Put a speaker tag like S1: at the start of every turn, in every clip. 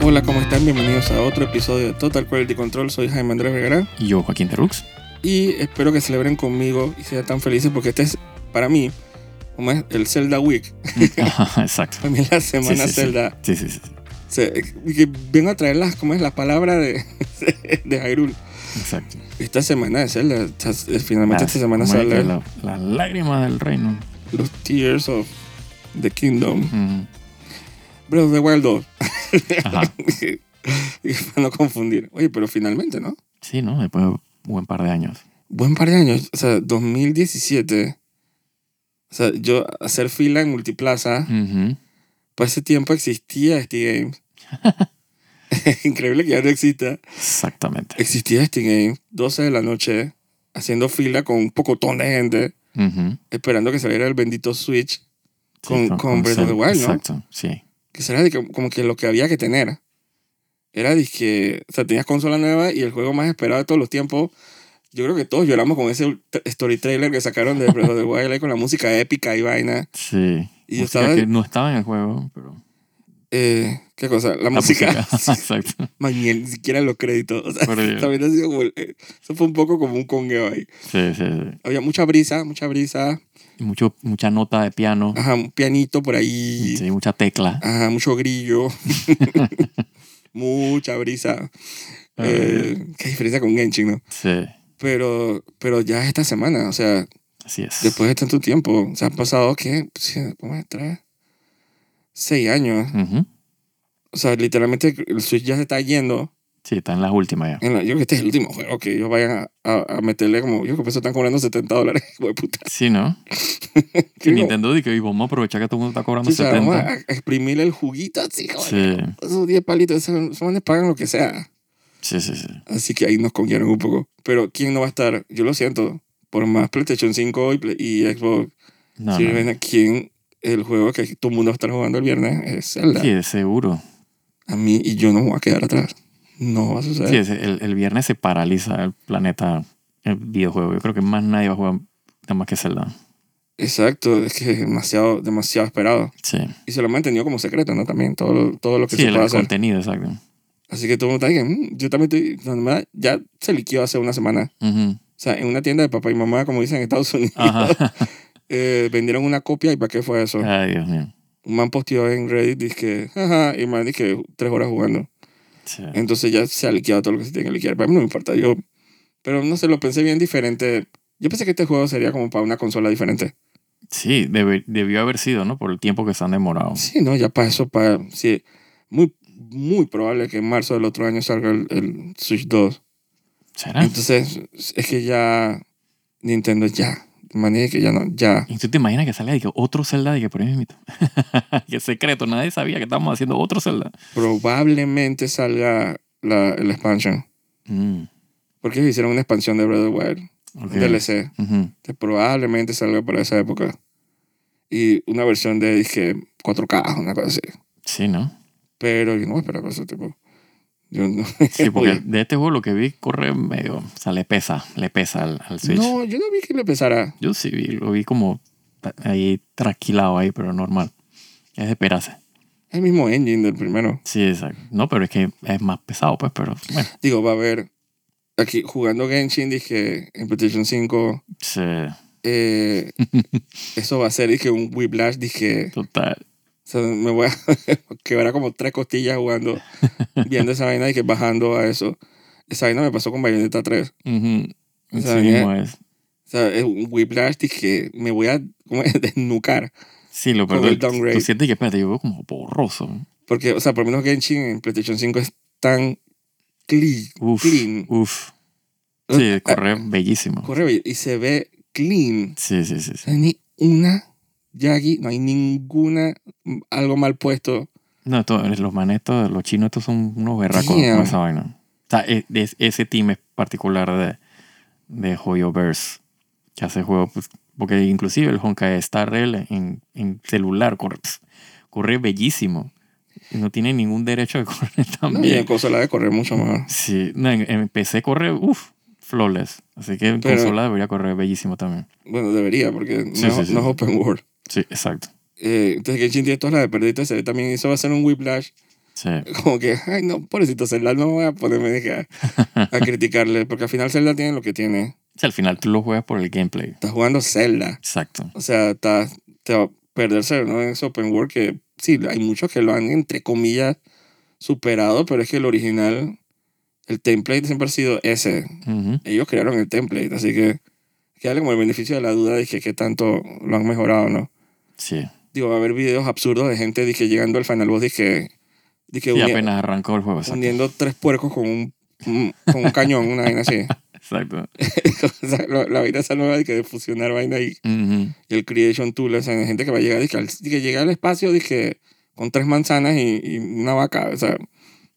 S1: Hola, ¿cómo están? Bienvenidos a otro episodio de Total Quality Control. Soy Jaime Andrés Vergara
S2: Y yo, Joaquín Terrux.
S1: y espero que celebren conmigo y sean tan felices porque este es, para mí, como es el Zelda Week.
S2: Ajá, exacto.
S1: Para mí la semana
S2: sí, sí.
S1: Zelda.
S2: Sí, sí, sí. sí,
S1: Se- y que vengo a traer las, ¿cómo es? La palabra de, de Hyrule.
S2: Exacto.
S1: Esta semana de Zelda, o sea, finalmente
S2: Ah,
S1: esta semana
S2: como
S1: sale
S2: que La, la lágrima del reino.
S1: los Tears of the Kingdom.
S2: Ujú.
S1: Breath of the Wild 2.
S2: Mm. Ajá.
S1: Y para no confundir. Oye, pero finalmente, ¿no?
S2: Sí, ¿no? Después de un buen par de años.
S1: buen par de años, o sea, 2017. O sea, yo hacer fila en multiplaza,
S2: Ujú.
S1: para ese tiempo existía Steam Games. Increíble que ya no exista.
S2: Exactamente.
S1: Existía Steam Games, 12 de la noche, haciendo fila con un pocotón de gente,
S2: Ujú.
S1: esperando que saliera el bendito Switch,
S2: Sí,
S1: Con- con Breath of the
S2: Zelda.
S1: Wild, ¿no?
S2: Exacto, sí.
S1: que será de que- como que lo que había que tener. Era de que, o sea, tenías consola nueva y el juego más esperado de todos los tiempos. Yo creo que todos lloramos con ese ultra- story trailer que sacaron de Breath of the Wild ahí con la música épica y vaina.
S2: Sí.
S1: Y yo
S2: Música
S1: estaba-
S2: que no estaba en el juego, pero...
S1: Eh, ¿Qué cosa? La,
S2: La
S1: música.
S2: Exacto.
S1: Man, ni, ni siquiera los créditos. O sea,
S2: Por Dios.
S1: también ha sido como el- eh, eso fue un poco como un congueo ahí.
S2: Sí, sí, sí.
S1: Había mucha brisa, mucha brisa.
S2: Y mucho, mucha nota de piano.
S1: Ajá, un pianito por ahí.
S2: Sí, mucha tecla.
S1: Ajá, mucho grillo. mucha brisa. Eh, qué diferencia con Genshin, ¿no?
S2: Sí,
S1: Pero, pero ya esta semana, o sea,
S2: así es.
S1: después de tanto tiempo, se han pasado, ¿qué? Sí, ¿Cómo es? ¿Tres? Seis años.
S2: Ujú.
S1: O sea, literalmente el Switch ya se está yendo.
S2: Sí, está en las últimas ya.
S1: En la- yo creo que este es el último juego que ellos vayan a, a- a meterle como. Yo creo que por eso están cobrando 70 dólares. hijo de puta.
S2: Sí, ¿no?
S1: Yo
S2: Que
S1: digo,
S2: Nintendo dice que "Y vamos a aprovechar que todo el mundo está cobrando
S1: sí, o sea, vamos
S2: 70.
S1: a a exprimirle el juguito así, joder.
S2: Sí,
S1: Esos 10 palitos, esos esos manes pagan lo que sea.
S2: sí, sí, sí.
S1: Así que ahí nos conguiaron un poco. Pero ¿quién no va a estar? Yo lo siento. Por más PlayStation 5 y, Play- y Xbox,
S2: No,
S1: si
S2: no.
S1: ven a quién, el juego que todo el mundo va a estar jugando el viernes es Zelda.
S2: Sí, de seguro.
S1: A mí y yo no me voy a quedar atrás. No va a suceder.
S2: Sí, es- el, el viernes se paraliza el planeta el videojuego. Yo creo que más nadie va a jugar nada más que Zelda.
S1: Exacto, es que es demasiado, demasiado esperado.
S2: Sí,
S1: Y se lo han mantenido como secreto, ¿no? También todo, lo- todo lo que
S2: sí
S1: se
S2: el
S1: puede hacer.
S2: contenido, exacto.
S1: Así que todo el mundo está ahí, "Mm, yo también estoy, la verdad, ya se liquidó hace una semana.
S2: Ujú.
S1: O sea, en una tienda de papá y mamá, como dicen en Estados Unidos,
S2: Ajá.
S1: eh, vendieron una copia y ¿para qué fue eso?
S2: Ay, Dios mío.
S1: Un man posteó en Reddit, dice que, ajá, y man, dice que tres horas jugando.
S2: Sí.
S1: Entonces ya se ha liquidado todo lo que se tiene que liquidar. Para mí no me importa, yo, pero no sé, lo pensé bien diferente. Yo pensé que este juego sería como para una consola diferente.
S2: Sí, debe- debió haber sido, ¿no? Por el tiempo que se han demorado.
S1: Sí, no, ya para eso, para, sí, muy, muy probable que en marzo del otro año salga el- el Switch 2.
S2: ¿Será?
S1: Entonces, es que ya Nintendo ya. Manía que ya no, ya.
S2: ¿Y tú te imaginas que salga y que otro Zelda y que por ahí mismito? que secreto, nadie sabía que estábamos haciendo otro Zelda.
S1: Probablemente salga la, la expansion.
S2: Mm,
S1: Porque ellos hicieron una expansión de Breath of the Wild,
S2: ok.
S1: un DLC.
S2: Ujú.
S1: Entonces, probablemente salga para esa época. Y una versión de, dije, 4K, una cosa así.
S2: Sí, ¿no?
S1: Pero yo no voy a esperar por ese tipo. Yo no.
S2: Sí, porque
S1: Oye,
S2: de este juego lo que vi corre medio, o sea, le pesa, le pesa al, al Switch.
S1: no, yo no vi que le pesara.
S2: Yo sí vi, lo vi como ta- ahí tranquilado ahí, pero normal. Es de esperarse.
S1: Es el mismo engine del primero.
S2: Sí, exacto. No, pero es que es más pesado, pues, pero bueno.
S1: Digo, va a haber. Aquí jugando Genshin, dije, en PlayStation 5.
S2: Sí,
S1: eh, eso va a ser dije, un whiplash. Dije,
S2: total.
S1: o sea, me voy a quebrar como tres costillas jugando, viendo esa vaina y que bajando a eso. Esa vaina me pasó con Bayonetta 3.
S2: Ujú.
S1: O
S2: Sí,
S1: sea, eh, venía-
S2: mismo es.
S1: O sea, es un whiplash. Dije, me voy a ¿cómo es? desnucar.
S2: Sí, lo
S1: Con
S2: perdón.
S1: el downgrade.
S2: Tú sientes que, espérate, yo veo como borroso.
S1: Porque, o sea, por lo menos Genshin en PlayStation 5 es tan clean.
S2: Uf,
S1: Clean. Ah,
S2: uf. Sí, corre bellísimo.
S1: Corre y se ve clean.
S2: Sí, sí, sí,
S1: O
S2: sí.
S1: sea, ni una Yagi, no hay ninguna, algo mal puesto.
S2: No, esto- los manetos, los chinos, estos son unos berracos con
S1: Damn.
S2: esa vaina. O sea, es- es- ese team es particular de, de Hoyoverse, que hace juegos, pues, porque inclusive el Honkai Star Rail en, en celular corre, pss, corre bellísimo. Y No tiene ningún derecho de correr tan
S1: No, y en
S2: bien.
S1: consola de correr mucho más.
S2: Sí, no, en, en PC corre, uff, flawless. Así que en
S1: Pero-
S2: consola debería correr bellísimo también.
S1: Bueno, debería, porque
S2: Sí,
S1: no,
S2: sí, sí.
S1: no es open world.
S2: Sí, exacto.
S1: Eh, entonces, Genshin tiene todas las de perdido. Se ve también, eso va a ser un whiplash.
S2: Sí.
S1: Como que, ay, no, pobrecito Zelda, no voy a ponerme dije, a, a criticarle, porque al final Zelda tiene lo que tiene.
S2: O sea, al final tú lo juegas por el gameplay.
S1: Estás jugando Zelda.
S2: Exacto.
S1: O sea, está, te va a perderse ¿no? en ese open world que sí, hay muchos que lo han, entre comillas, superado, pero es que el original, el template siempre ha sido ese.
S2: Ujú.
S1: Ellos crearon el template, así que queda como el beneficio de la duda de que qué tanto lo han mejorado, ¿no?
S2: Sí.
S1: Digo, va a haber videos absurdos de gente dije, llegando al final boss, dije, dije
S2: Y
S1: uni-
S2: apenas arrancó el juego. Exacto.
S1: uniendo tres puercos con un, un- con un cañón, una vaina así.
S2: Exacto.
S1: O sea, la, la vaina esa nueva de que de fusionar vaina y
S2: Ujú.
S1: y el Creation Tool, o sea, hay gente que va a llegar, dije, al, que llega al espacio, dije, con tres manzanas y, y una vaca, o sea,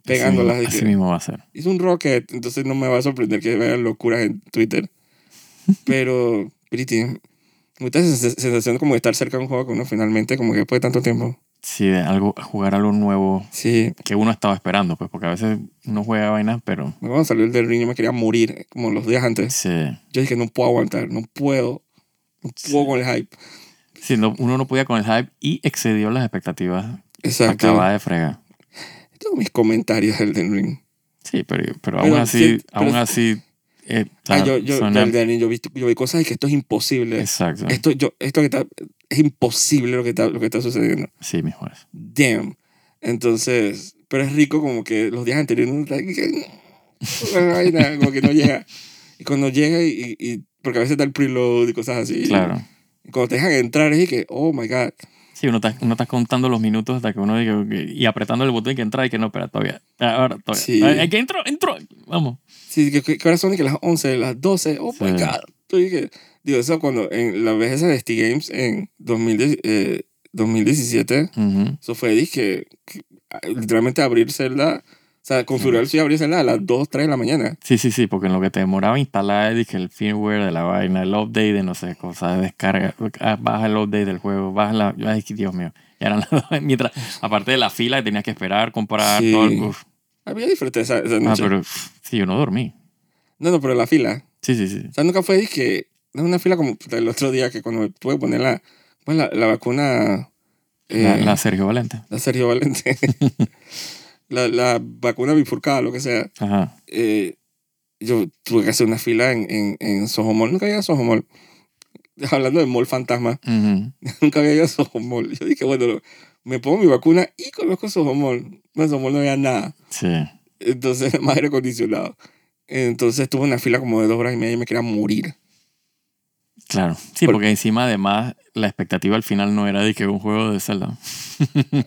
S1: pegándolas.
S2: Así mismo,
S1: dije,
S2: así mismo va a ser.
S1: hizo un rocket, entonces no me va a sorprender que vean locuras en Twitter. Pero, Pretty, me gusta esa sens- sensación como de estar cerca de un juego que uno finalmente, como que después de tanto tiempo.
S2: Sí, de algo, jugar algo nuevo
S1: Sí,
S2: que uno estaba esperando, pues, porque a veces uno juega vainas, pero
S1: me cuando salió el del ring, yo me quería morir, eh, como los días antes.
S2: sí,
S1: Yo dije, no puedo aguantar, no puedo, no puedo con el hype.
S2: sí, no- uno no podía con el hype y excedió las expectativas.
S1: Exacto.
S2: Acaba de fregar.
S1: Tengo mis comentarios del del ring.
S2: Sí, pero, pero,
S1: Pero
S2: aún así,
S1: sí, pero-
S2: aún así, eh, o sea,
S1: ah, yo, yo,
S2: suena-
S1: del del ring, yo vi, yo vi cosas de que esto es imposible.
S2: exacto.
S1: Esto, yo, esto que está, es imposible lo que está, lo que está sucediendo.
S2: Sí, mejor.
S1: Damn. Entonces, pero es rico como que los días anteriores uno está la vaina, como que no llega. Y cuando llega y, y- y- porque a veces está el preload y cosas así.
S2: Claro.
S1: Y cuando te dejan entrar es que, oh my God.
S2: Sí, uno está, uno está contando los minutos hasta que uno diga, ok, y apretando el botón que entra y que no, espera, todavía. Ahora, todavía.
S1: Sí.
S2: Ay, ay, que entró, entró. Vamos.
S1: Sí, que, que, que ahora son de que las 11, las 12, oh my
S2: Sí.
S1: God. Tú dije, digo, eso cuando en la vez esa de Steam Games en 2010, eh, 2017,
S2: Ujú.
S1: Eso fue, dije, que- ah, literalmente abrir celda, o sea, configurar el switch y abrir celda a las 2, 3 de la mañana.
S2: Sí, sí, sí, porque en lo que te demoraba instalar dije, el firmware de la vaina, el update de no sé, cosas, descarga, ah, baja el update del juego, baja la... Ay, Dios mío. Ya eran las- mientras, aparte de la fila que tenías que esperar, comprar,
S1: Sí.
S2: todo el... uf.
S1: Había diferentes esa, esa
S2: Ah,
S1: noche.
S2: pero uf, sí, yo no dormí.
S1: No, no, pero la fila.
S2: Sí, sí, sí.
S1: O sea, nunca fue, dije, no una fila como puta, el otro día que cuando me tuve que poner la, pues, la, la vacuna, eh,
S2: La,
S1: la,
S2: la Sergio Valente.
S1: Sergio Valente, la, la vacuna bifurcada, lo que sea,
S2: Ajá.
S1: eh, yo tuve que hacer una fila en, en, en Soho Mall. Nunca había ido a Soho Mall. Hablando de Mall Fantasma.
S2: Ujú.
S1: Nunca había ido a Sojomol. Yo dije, bueno, lo- me pongo mi vacuna y conozco Sojomol. No, en Sojomol no había nada.
S2: Sí.
S1: Entonces, nada más aire acondicionado. Entonces, tuve una fila como de dos horas y media y me quería morir.
S2: Claro, sí,
S1: Por-
S2: porque encima además la expectativa al final no era de que un juego de Zelda.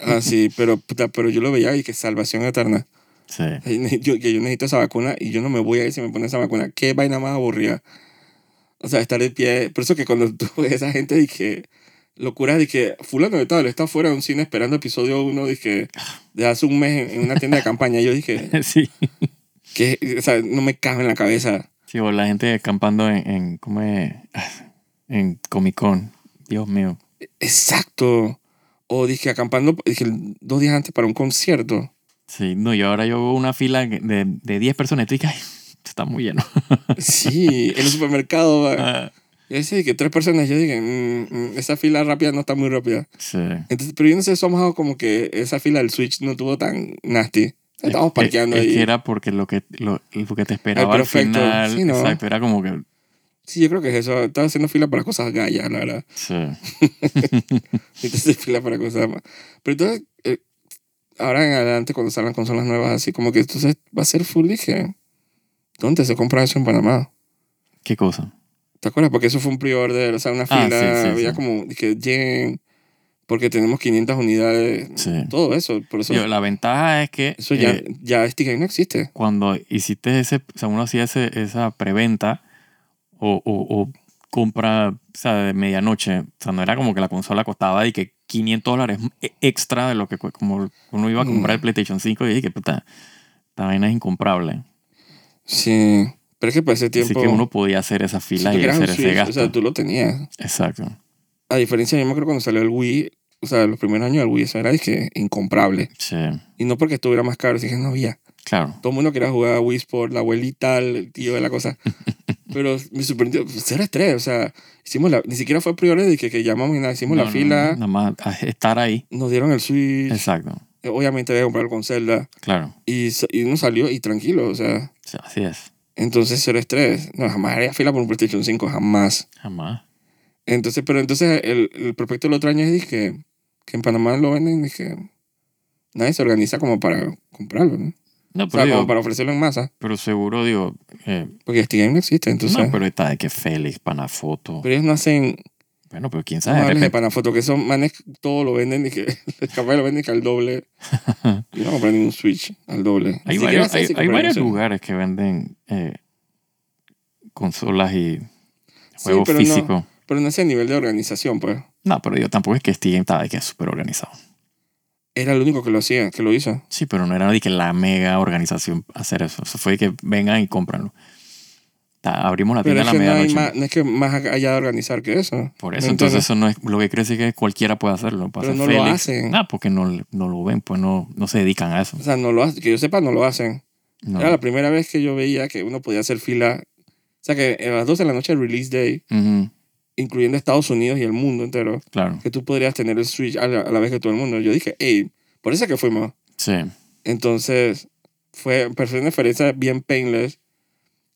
S1: Así, pero, puta, pero yo lo veía y que salvación eterna.
S2: Sí,
S1: Ay, ne- Yo, que yo necesito esa vacuna y yo no me voy a ir si me ponen esa vacuna. Qué vaina más aburrida. O sea, estar de pie. Por eso que cuando tuve esa gente dije, locuras, dije, fulano de tal, está fuera de un cine esperando episodio 1, dije, de hace un mes en, en una tienda de campaña. Yo dije,
S2: sí.
S1: que o sea, no me cabe en la cabeza.
S2: Sí, o la gente acampando en, en ¿cómo es? Ah, En Comic Con. Dios mío.
S1: Exacto. O dije acampando dije, dos días antes para un concierto.
S2: Sí, no, y ahora yo veo una fila de, de 10 personas y estoy que, ay, esto está muy lleno.
S1: Sí, en el supermercado. va.
S2: Ah,
S1: Yo decía que tres personas, yo dije, "Mm, mm, esa fila rápida no está muy rápida.
S2: sí.
S1: Entonces, pero yo no sé, somos como que esa fila del Switch no tuvo tan nasty. Estábamos
S2: Es-
S1: parqueando
S2: es,
S1: ahí.
S2: Es que era porque lo que, lo, lo que te esperaba
S1: El
S2: al
S1: perfecto,
S2: final.
S1: sí, ¿no?
S2: Exacto, era como que.
S1: Sí, yo creo que es eso. Estaba haciendo fila para cosas gallas, la verdad.
S2: Sí.
S1: Entonces, fila para cosas más. Pero entonces, eh, ahora en adelante, cuando salgan consolas nuevas, así como que entonces va a ser full, dije, ¿dónde se compra eso en Panamá?
S2: ¿Qué cosa?
S1: ¿Te acuerdas? Porque eso fue un pre-order, o sea, una fila,
S2: Ah, sí, sí,
S1: había
S2: sí.
S1: como, dije, Yen, porque tenemos 500 unidades,
S2: Sí.
S1: todo eso, por eso,
S2: Yo, la ventaja es que.
S1: eso ya,
S2: eh,
S1: ya este game no existe.
S2: cuando hiciste ese, o sea, uno hacía ese- esa preventa o, o- o compra, o sea, de medianoche, o sea, no era como que la consola costaba y que 500 dólares e- extra de lo que cu- como uno
S1: Mm.
S2: iba a comprar el PlayStation 5 y dije que puta, esta vaina es incomparable.
S1: Sí, pero es que para ese tiempo,
S2: Así que uno podía hacer esa
S1: si tú
S2: fila y
S1: querías un
S2: hacer ese
S1: Switch,
S2: gasto.
S1: o sea, tú lo tenías.
S2: Exacto.
S1: A diferencia, yo me acuerdo cuando salió el Wii, o sea, los primeros años del Wii, eso era, dije, incomprable.
S2: Sí.
S1: Y no porque estuviera más caro, dije, no había.
S2: Claro.
S1: Todo el mundo quería jugar a Wii Sport, la abuelita, el tío de la cosa. Pero me sorprendió, cero estrés, o sea, hicimos la, ni siquiera fue prior de que, que llamamos y nada, hicimos
S2: No,
S1: la
S2: no,
S1: fila,
S2: Nada más a- estar ahí.
S1: nos dieron el Switch,
S2: Exacto.
S1: eh, obviamente voy a comprarlo con Zelda.
S2: Claro,
S1: Y, sa- y uno salió y tranquilo, o sea,
S2: o sea, así es.
S1: entonces cero estrés. No, jamás haría fila por un PlayStation 5, jamás.
S2: Jamás.
S1: Entonces, pero entonces el, el prospecto lo extraño es que, que en Panamá lo venden y que nadie se organiza como para comprarlo, ¿no?
S2: No,
S1: O sea,
S2: pero, digo,
S1: como para ofrecerlo en masa.
S2: pero seguro, digo, eh,
S1: Porque este game no existe, entonces.
S2: no,
S1: pero...
S2: pero está de que Félix, Panafoto.
S1: ellos no hacen
S2: Bueno, pero quién
S1: no
S2: sabe, de
S1: hables de
S2: repente,
S1: Panafoto, que son manes, todo lo venden y que capaz lo venden que al doble. Yo no compré ningún Switch al doble.
S2: Hay
S1: Ni siquiera
S2: varios,
S1: sé
S2: hay,
S1: si
S2: hay
S1: compré,
S2: varios
S1: no sé.
S2: lugares que venden eh, consolas y
S1: Sí,
S2: juegos
S1: pero no.
S2: físicos.
S1: Pero no es el nivel de organización, pues.
S2: No. pero yo tampoco es que Steam estaba de que súper organizado.
S1: Era el único que lo hacía, que lo hizo.
S2: Sí, pero no era de que la mega organización hacer eso. Eso fue de que vengan y cómpranlo. Ta- abrimos la
S1: Pero
S2: tienda
S1: es
S2: a
S1: que
S2: la
S1: no, hay
S2: medianoche.
S1: más, no es que más allá de organizar que eso.
S2: Por eso,
S1: No
S2: entonces
S1: entiendo.
S2: eso no es lo que crees es que cualquiera puede hacerlo. Puede
S1: Pero no
S2: hacer
S1: lo
S2: Félix.
S1: hacen.
S2: Ah, porque no, no lo ven, pues no, no se dedican a eso.
S1: O sea, no lo hace- que yo sepa, no lo hacen.
S2: No.
S1: Era la primera vez que yo veía que uno podía hacer fila. O sea, que a las 12 de la noche, release day,
S2: Ujú,
S1: incluyendo Estados Unidos y el mundo entero,
S2: claro,
S1: que tú podrías tener el Switch a la, a la vez que todo el mundo. Yo dije, hey, por eso es que fuimos.
S2: sí.
S1: Entonces, fue pero fue una experiencia bien painless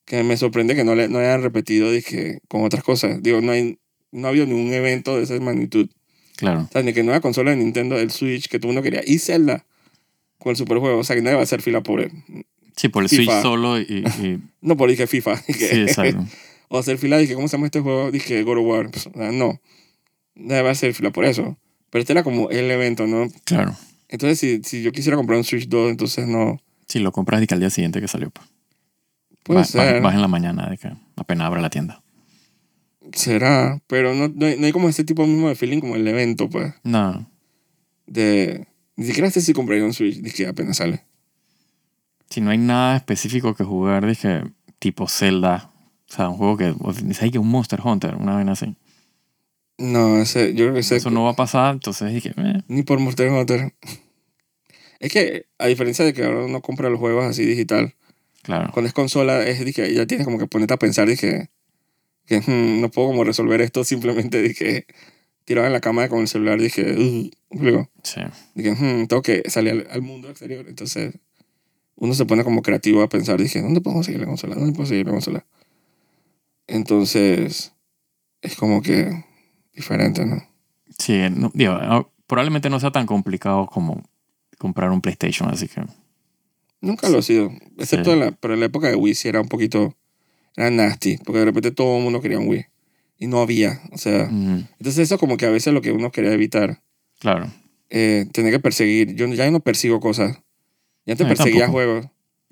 S1: que me sorprende que no, le, no hayan repetido dije, con otras cosas. Digo, no, hay, no ha habido ningún evento de esa magnitud.
S2: Claro,
S1: O sea, ni que nueva consola de Nintendo, el Switch, que todo el mundo quería, y Zelda con el superjuego. O sea, que nadie va a hacer fila por él.
S2: sí, por el
S1: FIFA.
S2: Switch solo y, y-
S1: No por dije FIFA. dije,
S2: sí, exacto.
S1: o hacer fila, dije, ¿cómo se llama este juego? Dije, God of War. Pues, o sea, no. Nadie va a hacer fila por eso. Pero este era como el evento, ¿no?
S2: Claro.
S1: Entonces, si, si yo quisiera comprar un Switch 2, entonces no.
S2: Si lo compras de que al día siguiente que salió, pues.
S1: Puede
S2: Va- va-
S1: ser.
S2: vas en la mañana de que apenas abra la tienda.
S1: Será, pero no, no, hay- no hay como ese tipo mismo de feeling como el evento, pues.
S2: No,
S1: De, ni siquiera sé si compraría un Switch, dije, apenas sale.
S2: si no hay nada específico que jugar, dije, tipo Zelda. O sea, un juego que. o sea, Hay que un Monster Hunter, una vez así.
S1: No, ese, yo creo que sé.
S2: Eso no va a pasar, entonces dije, eh,
S1: Ni por Monster Hunter. Es que, a diferencia de que ahora uno compra los juegos así digital,
S2: claro.
S1: cuando es consola, es dije, ya tienes como que ponerte a pensar, dije, que "Hmm, no puedo como resolver esto, simplemente dije, tirado en la cama con el celular, dije, "Ugh", luego,
S2: Sí,
S1: dije, "Hmm, tengo que salir al, al mundo exterior. Entonces, uno se pone como creativo a pensar, dije, ¿dónde puedo conseguir la consola? ¿Dónde puedo conseguir la consola? Entonces, es como que diferente, ¿no?
S2: sí no- digo, ah, probablemente no sea tan complicado como comprar un PlayStation, así que.
S1: Nunca lo ha sido, excepto
S2: Sí.
S1: en la, pero en la época de Wii sí era un poquito, era nasty, porque de repente todo el mundo quería un Wii. Y no había, o sea,
S2: mm,
S1: entonces eso como que a veces es lo que uno quería evitar,
S2: claro,
S1: eh, tener que perseguir. Yo ya no persigo cosas. Ya antes
S2: No, yo
S1: perseguía
S2: tampoco.
S1: juegos.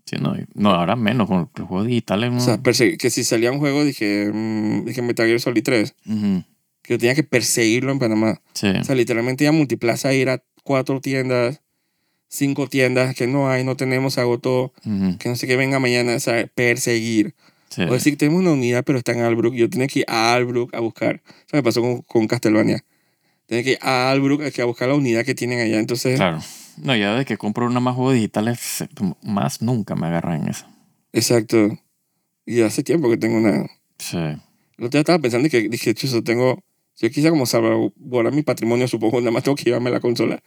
S2: sí, no, y- no, ahora menos con los juegos digitales.
S1: O
S2: ¿no?
S1: sea, persegui- que si salía un juego dije, mm, dije Metal Gear Solid 3,
S2: Ujú,
S1: que yo tenía que perseguirlo en Panamá.
S2: sí,
S1: O sea, literalmente iba a Multiplaza, ir a cuatro tiendas, cinco tiendas que no hay, no tenemos, se agotó,
S2: ujú,
S1: que no sé qué venga mañana, o sea, perseguir.
S2: sí,
S1: O decir, tenemos una unidad, pero está en Albrook. Yo tenía que ir a Albrook a buscar. O sea, me pasó con, con Castlevania. Tenía que ir a Albrook a, que a buscar la unidad que tienen allá. Entonces,
S2: claro. No, ya desde que compro una más juegos digitales, se- más nunca me agarran en eso.
S1: exacto. Y hace tiempo que tengo una,
S2: Sí.
S1: El otro día estaba pensando y que dije, chuso, tengo. Yo quisiera como salvaguardar mi patrimonio, supongo, nada más tengo que llevarme la consola.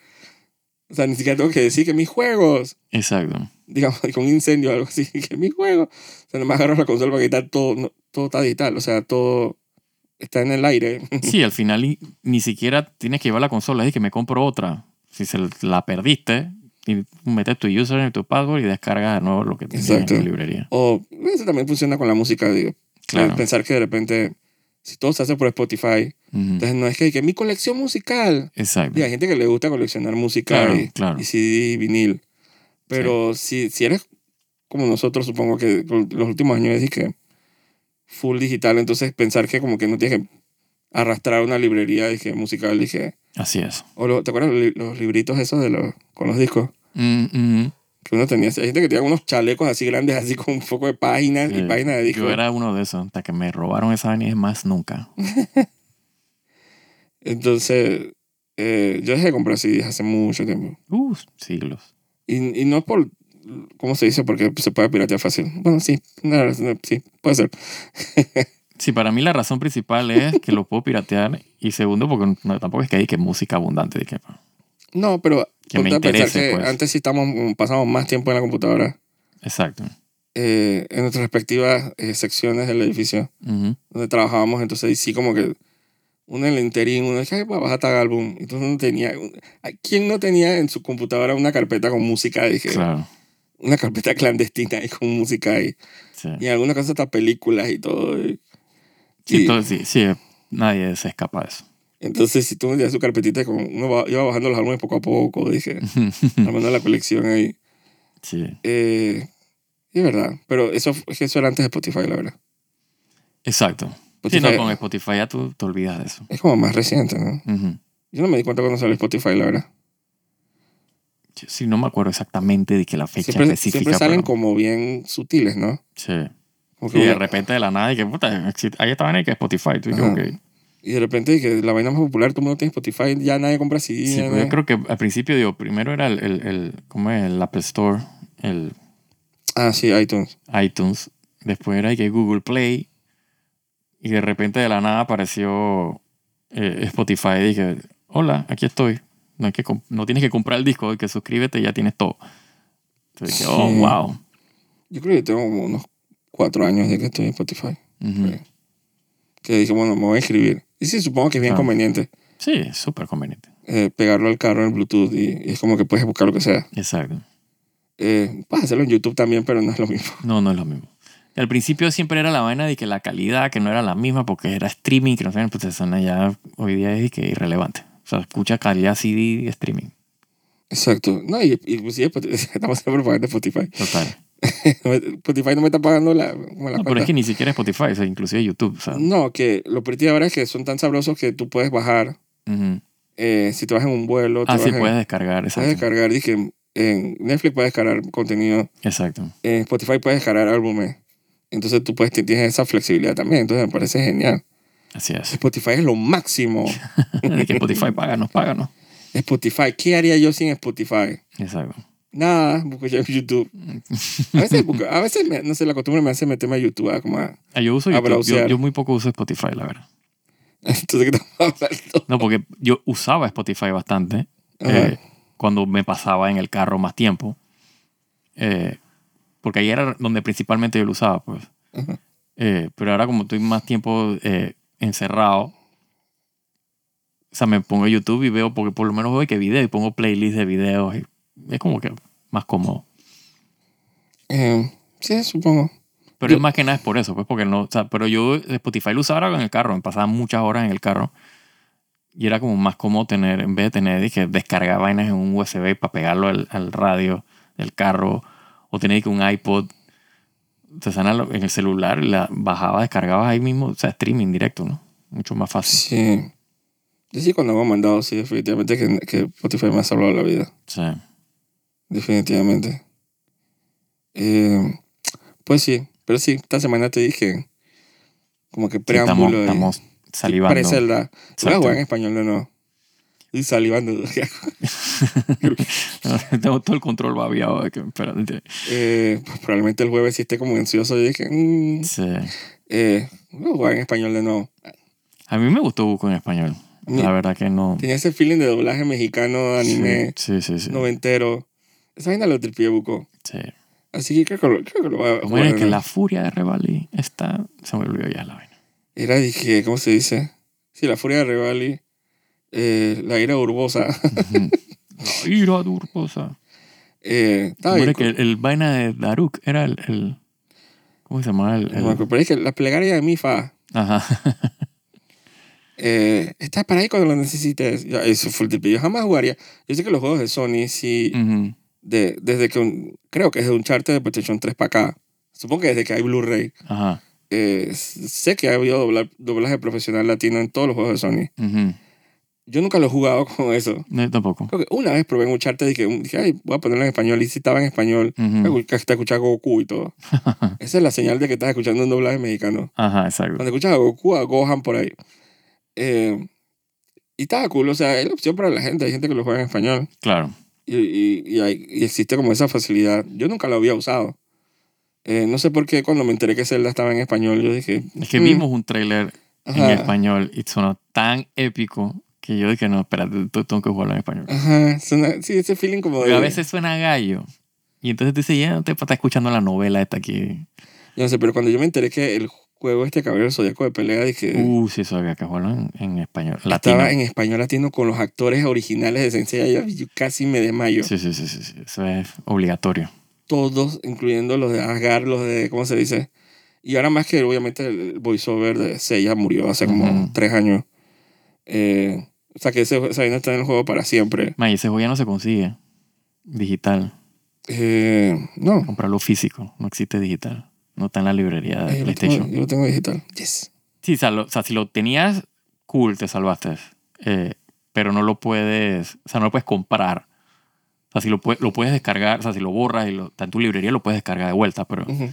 S1: O sea, ni siquiera tengo que decir que mis juegos,
S2: Exacto.
S1: digamos, con un incendio o algo así, que mis juegos. O sea, nada más agarro la consola porque está todo, no- todo está digital, o sea, todo está en el aire.
S2: Sí, al final ni, ni siquiera tienes que llevar la consola, es que me compro otra. Si se la perdiste, y metes tu user en tu password y descargas de nuevo lo que tienes
S1: Exacto.
S2: en tu librería.
S1: O eso también funciona con la música, digo.
S2: Claro.
S1: Pensar que de repente, si todo se hace por Spotify,
S2: Ujú.
S1: entonces no es que, que mi colección musical.
S2: Exacto.
S1: Digo, hay gente que le gusta coleccionar música
S2: Claro,
S1: y,
S2: claro.
S1: y CD y vinil. Pero si, si eres como nosotros, supongo que con los últimos años es que full digital, entonces pensar que como que no tienes que arrastrar una librería dije, musical, dije,
S2: Así es.
S1: o lo- ¿te acuerdas los, li- los libritos esos de los, con los discos?
S2: Mm, mm.
S1: Que uno tenía, hay gente que tenía unos chalecos así grandes, así con un poco de páginas y
S2: Sí.
S1: páginas de discos.
S2: Yo era uno de esos, hasta que me robaron esa vaina y más nunca.
S1: Entonces, eh, yo dejé de comprar CDs hace mucho tiempo.
S2: Uh, siglos.
S1: Y, y no es por, ¿cómo se dice? Porque se puede piratear fácil. Bueno, sí, no, no, sí, puede ser.
S2: Sí, para mí la razón principal es que lo puedo piratear y segundo porque no- tampoco es que hay que música abundante. pues. de que,
S1: No, pero
S2: Que me
S1: ponte a pensar
S2: interese,
S1: que
S2: pues.
S1: antes sí estamos, pasamos más tiempo en la computadora,
S2: Exacto.
S1: eh, en nuestras respectivas eh, secciones del edificio
S2: Ujú.
S1: donde trabajábamos, entonces y sí como que uno en el interín, uno dice, ay, voy a bajar tal álbum. Entonces uno tenía, ¿a ¿quién no tenía en su computadora una carpeta con música? Dije,
S2: Claro.
S1: una carpeta clandestina y con música y,
S2: Sí.
S1: y en alguna cosa hasta películas y todo. y-
S2: Sí,
S1: y-
S2: todo- sí, sí, nadie se escapa de eso.
S1: Entonces, si tú metías su carpetita, con, uno va- iba bajando los álbumes poco a poco, dije, armando la colección ahí.
S2: sí.
S1: Eh, y es verdad, pero eso, fu- es que eso era antes de Spotify, la verdad.
S2: Exacto. Sí,
S1: Spotify
S2: no, con Spotify ya tú te olvidas de eso.
S1: es como más reciente, ¿no?
S2: Ujú.
S1: Yo no me di cuenta cuando salió Spotify, la verdad.
S2: Sí, Sí, no me acuerdo exactamente de que la fecha
S1: Siempre,
S2: específica.
S1: siempre salen
S2: pero-
S1: como bien sutiles, ¿no?
S2: Sí.
S1: Como que
S2: Y de
S1: una-
S2: repente de la nada, y que puta, existe- ahí está vaina que Spotify. Tú dices,
S1: Ajá.
S2: ok.
S1: y de repente que la vaina más popular, todo el mundo tiene Spotify, ya nadie compra CD.
S2: Sí,
S1: ya
S2: pero yo
S1: nadie-
S2: creo que al principio, digo, primero era el, el, el- ¿cómo es? El Apple Store, el
S1: Ah, sí, iTunes.
S2: iTunes. Después era que Google Play. Y de repente de la nada apareció eh, Spotify. Y dije, hola, aquí estoy. No, hay que comp- no tienes que comprar el disco, que suscríbete y ya tienes todo. Entonces dije, oh,
S1: Sí.
S2: wow.
S1: Yo creo que tengo como unos cuatro años de que estoy en Spotify.
S2: Ujú.
S1: Sí. Que dije, bueno, me voy a inscribir. Y sí, supongo que es bien
S2: Ah.
S1: conveniente.
S2: Sí, es súper conveniente.
S1: eh, pegarlo al carro en Bluetooth y, y es como que puedes buscar lo que sea.
S2: Exacto.
S1: Eh, puedes hacerlo en YouTube también, pero no es lo mismo.
S2: No, no es lo mismo. Y al principio siempre era la vaina de que la calidad, que no era la misma, porque era streaming, que no sé, pues eso no, ya hoy día es de que irrelevante. O sea, escucha calidad CD y streaming.
S1: Exacto. No, y, y pues, sí, Spot- estamos haciendo propaganda de Spotify.
S2: Total.
S1: Spotify no me está pagando la, como la
S2: No, pero
S1: cuenta.
S2: es que ni siquiera Spotify, o sea, inclusive YouTube, o sea.
S1: No, que lo pretty ahora es que son tan sabrosos que tú puedes bajar.
S2: ujú.
S1: eh, si te vas en un vuelo, te
S2: Ah,
S1: vas
S2: sí,
S1: en-
S2: puedes descargar,
S1: puedes
S2: exacto.
S1: descargar. Dije, en- en Netflix puedes descargar contenido.
S2: Exacto.
S1: En Spotify puedes descargar álbumes. Entonces tú puedes, tienes esa flexibilidad también. Entonces me parece genial.
S2: Así es.
S1: Spotify es lo máximo.
S2: De que Spotify páganos, páganos.
S1: Spotify. ¿Qué haría yo sin Spotify?
S2: Exacto.
S1: Nada, busco ya en YouTube. A veces, busco- a veces me- no sé, la costumbre me hace meterme a YouTube. ah, como a-
S2: Ah, Yo uso
S1: A
S2: YouTube. Yo,
S1: browsear.
S2: yo muy poco uso Spotify, la verdad.
S1: entonces, ¿qué estamos hablando?
S2: No, porque yo usaba Spotify bastante
S1: Ajá.
S2: eh, cuando me pasaba en el carro más tiempo. Eh, porque ahí era donde principalmente yo lo usaba, pues.
S1: Ajá.
S2: Eh, pero ahora como estoy más tiempo eh, encerrado, o sea, me pongo YouTube y veo, porque por lo menos veo que video y pongo playlist de videos. y es como que más cómodo.
S1: Eh, sí, supongo.
S2: Pero
S1: Yo-
S2: es más que nada es por eso, pues porque no, o sea, pero yo Spotify lo usaba en el carro, me pasaba muchas horas en el carro y era como más cómodo tener, en vez de tener, dije, descargar vainas en un USB para pegarlo al, al radio del carro o tener que un iPod, te sana lo- en el celular, la bajaba, descargabas ahí mismo, o sea, streaming directo, ¿no? Mucho más fácil.
S1: Sí. Yo sí, cuando hago mandado, sí, definitivamente que, que Spotify me ha salvado la vida.
S2: Sí.
S1: Definitivamente. Eh, pues sí, pero sí, esta semana te dije como que
S2: Sí,
S1: preámbulo.
S2: estamos,
S1: y-
S2: estamos salivando.
S1: Para Zelda. Lo voy a
S2: Exacto.
S1: jugar en español o no. Y salivando.
S2: Tengo todo el control babiado. de que- espérate.
S1: Eh, pues probablemente el jueves sí esté como ansioso. Y dije, mm,
S2: Sí.
S1: eh, voy a jugar en español de nuevo.
S2: A mí me gustó Buco en español.
S1: Mira.
S2: La verdad que no.
S1: Tenía ese feeling de doblaje mexicano, anime,
S2: Sí, sí, sí. sí,
S1: noventero. Esa vaina lo tripié, Buco.
S2: sí.
S1: Así que creo que lo, creo que lo voy a
S2: Lo
S1: jugar.
S2: Bueno, es
S1: de
S2: que
S1: nuevo.
S2: la furia de Revali está. Se me olvidó ya la vaina.
S1: Era, dije, ¿cómo se dice? Sí, la furia de Revali. eh, la ira urbosa.
S2: Ujú. La ira durposa.
S1: eh, estaba
S2: Bueno,
S1: bien
S2: es que el, el vaina de Daruk era el. el- ¿Cómo se llamaba? El,
S1: cool. No me
S2: el-
S1: acuerdo, Pero es que la plegaria de mi fa.
S2: Ajá.
S1: eh, está para ahí cuando lo necesites. Ya, Eso fue el tripio. Yo jamás jugaría. Yo sé que los juegos de Sony sí.
S2: Ujú.
S1: de- desde que un- creo que es de un charter de PlayStation 3 para acá. Supongo que desde que hay Blu-ray.
S2: Ajá.
S1: eh, s- sé que ha habido dobla- doblaje profesional latino en todos los juegos de Sony.
S2: Ujú.
S1: Yo nunca lo he jugado con eso.
S2: No, yo tampoco.
S1: Creo que una vez probé en un charter y dije, un- dije, ay, voy a ponerlo en español. Y si estaba en español,
S2: Ujú.
S1: que te escuchaba Goku y todo. Esa es la señal de que estás escuchando un doblaje mexicano.
S2: Ajá, exacto.
S1: Cuando escuchas a Goku, a Gohan por ahí. Eh, y estaba cool, o sea, es la opción para la gente. Hay gente que lo juega en español.
S2: Claro.
S1: y, y, y hay- y existe como esa facilidad. Yo nunca la había usado. Eh, no sé por qué cuando me enteré que Zelda estaba en español, yo dije...
S2: Es que
S1: "Mm,
S2: vimos un tráiler en
S1: ajá".
S2: español y sonó tan épico Que yo dije, no, espérate, t- tengo que jugarlo en español.
S1: Ajá, suena- sí, ese feeling como de...
S2: Pero a veces suena gallo. Y entonces tú dices, ya no te está escuchando la novela esta aquí.
S1: Yo no sé, pero cuando yo me enteré que el juego este Caballero del Zodíaco de pelea, dije...
S2: Uh, sí, eso había que jugarlo en, en español. Latino.
S1: estaba en español latino con los actores originales de Sensei, yo, yo casi me desmayo.
S2: Sí, sí, sí, sí, sí, Eso es obligatorio.
S1: Todos, incluyendo los de Asgard, los de... ¿Cómo se dice? Y ahora más que, obviamente, el voiceover de Seiya murió hace como
S2: Ujú.
S1: tres años. Eh, o sea, que ese, esa vaina está en el juego para siempre.
S2: Man, y ese juego ya no se consigue. Digital.
S1: Eh, no,
S2: Comprarlo físico. No existe digital. No está en la librería
S1: Eh,
S2: de
S1: yo lo, tengo,
S2: Ah, PlayStation.
S1: yo lo tengo digital. Yes.
S2: Sí, o sea, lo- o sea, si lo tenías, cool, te salvaste. Eh, pero no lo puedes, o sea, no lo puedes comprar. O sea, si lo, pue- lo puedes descargar, o sea, si lo borras y lo, está en tu librería, lo puedes descargar de vuelta, pero,
S1: Ujú.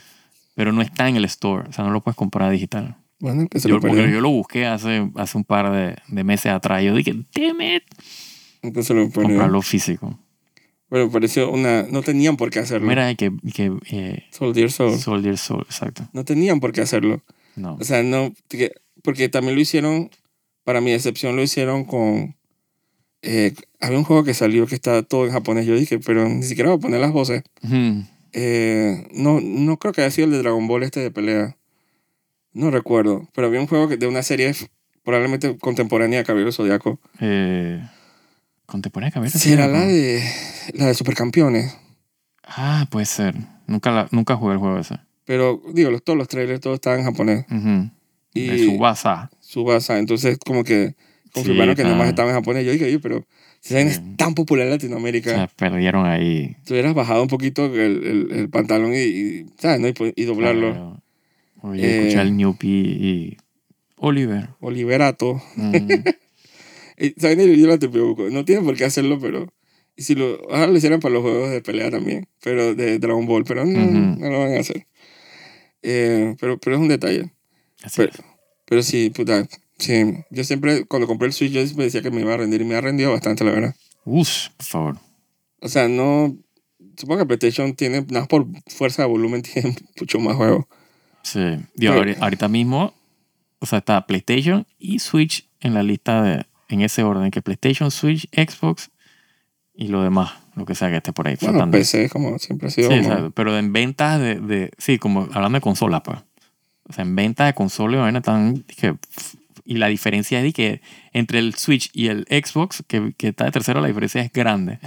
S2: pero no está en el store. O sea, no lo puedes comprar digital.
S1: Bueno, que se
S2: Yo,
S1: lo
S2: porque
S1: peleó.
S2: yo lo busqué hace, hace un par de, de meses atrás. Yo dije, damn it,
S1: Que se lo peleó.
S2: comprarlo físico.
S1: Pero me pareció una... No tenían por qué hacerlo.
S2: Mira, y que, y que eh,
S1: Soldier Soul.
S2: Soldier Soul, exacto.
S1: No tenían por qué hacerlo.
S2: No.
S1: O sea, no... que- Porque también lo hicieron... Para mi decepción lo hicieron con... eh, había un juego que salió que está todo en japonés. Yo dije, pero ni siquiera voy a poner las voces.
S2: Hmm.
S1: Eh, no, no creo que haya sido el de Dragon Ball este de pelea. No recuerdo. Pero había un juego que- de una serie probablemente contemporánea de Caballero Zodíaco.
S2: Eh, Contemporánea Caballero del
S1: ¿Será
S2: Zodíaco.
S1: la de, la de Supercampeones?
S2: Ah, puede ser. Nunca, la, nunca jugué el juego ese.
S1: Pero, digo, los- todos los trailers, todos estaban en japonés.
S2: Ujú. De
S1: Y-
S2: Subasa.
S1: Subasa. Entonces, como que confirmaron que
S2: está.
S1: nomás estaban en japonés. Yo dije, oye, pero si saben, es
S2: Sí.
S1: tan popular en
S2: O sea,
S1: Latinoamérica,
S2: perdieron ahí.
S1: te hubieras bajado un poquito el, el- el pantalón y, y, ¿sabes? no? Y po- y doblarlo.
S2: Claro. Oye,
S1: Eh.
S2: escuchar el Newpie y Oliver.
S1: O liberato.
S2: Mm,
S1: Y, ¿Saben? Yo la te busco. No tienen por qué hacerlo, pero... Y si lo, ojalá lo hicieran para los juegos de pelea también, pero de Dragon Ball, pero no,
S2: Ujú.
S1: no lo van a hacer. Eh, pero, pero es un detalle.
S2: así
S1: Pero,
S2: es.
S1: pero sí, puta. Sí, yo siempre, cuando compré el Switch, yo siempre decía que me iba a rendir y me ha rendido bastante, la verdad.
S2: Ush, por favor.
S1: O sea, no. Supongo que PlayStation tiene, nada más por fuerza de volumen, tiene mucho más juego.
S2: Sí. Digo,
S1: Pero-
S2: ahori- ahorita mismo, o sea, está PlayStation y Switch en la lista de, en ese orden, que PlayStation, Switch, Xbox y lo demás, lo que sea que esté por ahí
S1: Bueno,
S2: flotando.
S1: PC, como siempre ha sido.
S2: Sí,
S1: como-
S2: exacto. Pero en ventas de, de- Sí, como hablando de consolas, pues. O sea, en ventas de consolas, vaina, están. dije, pf, y la diferencia es de que entre el Switch y el Xbox, que, que está de tercero, la diferencia es grande.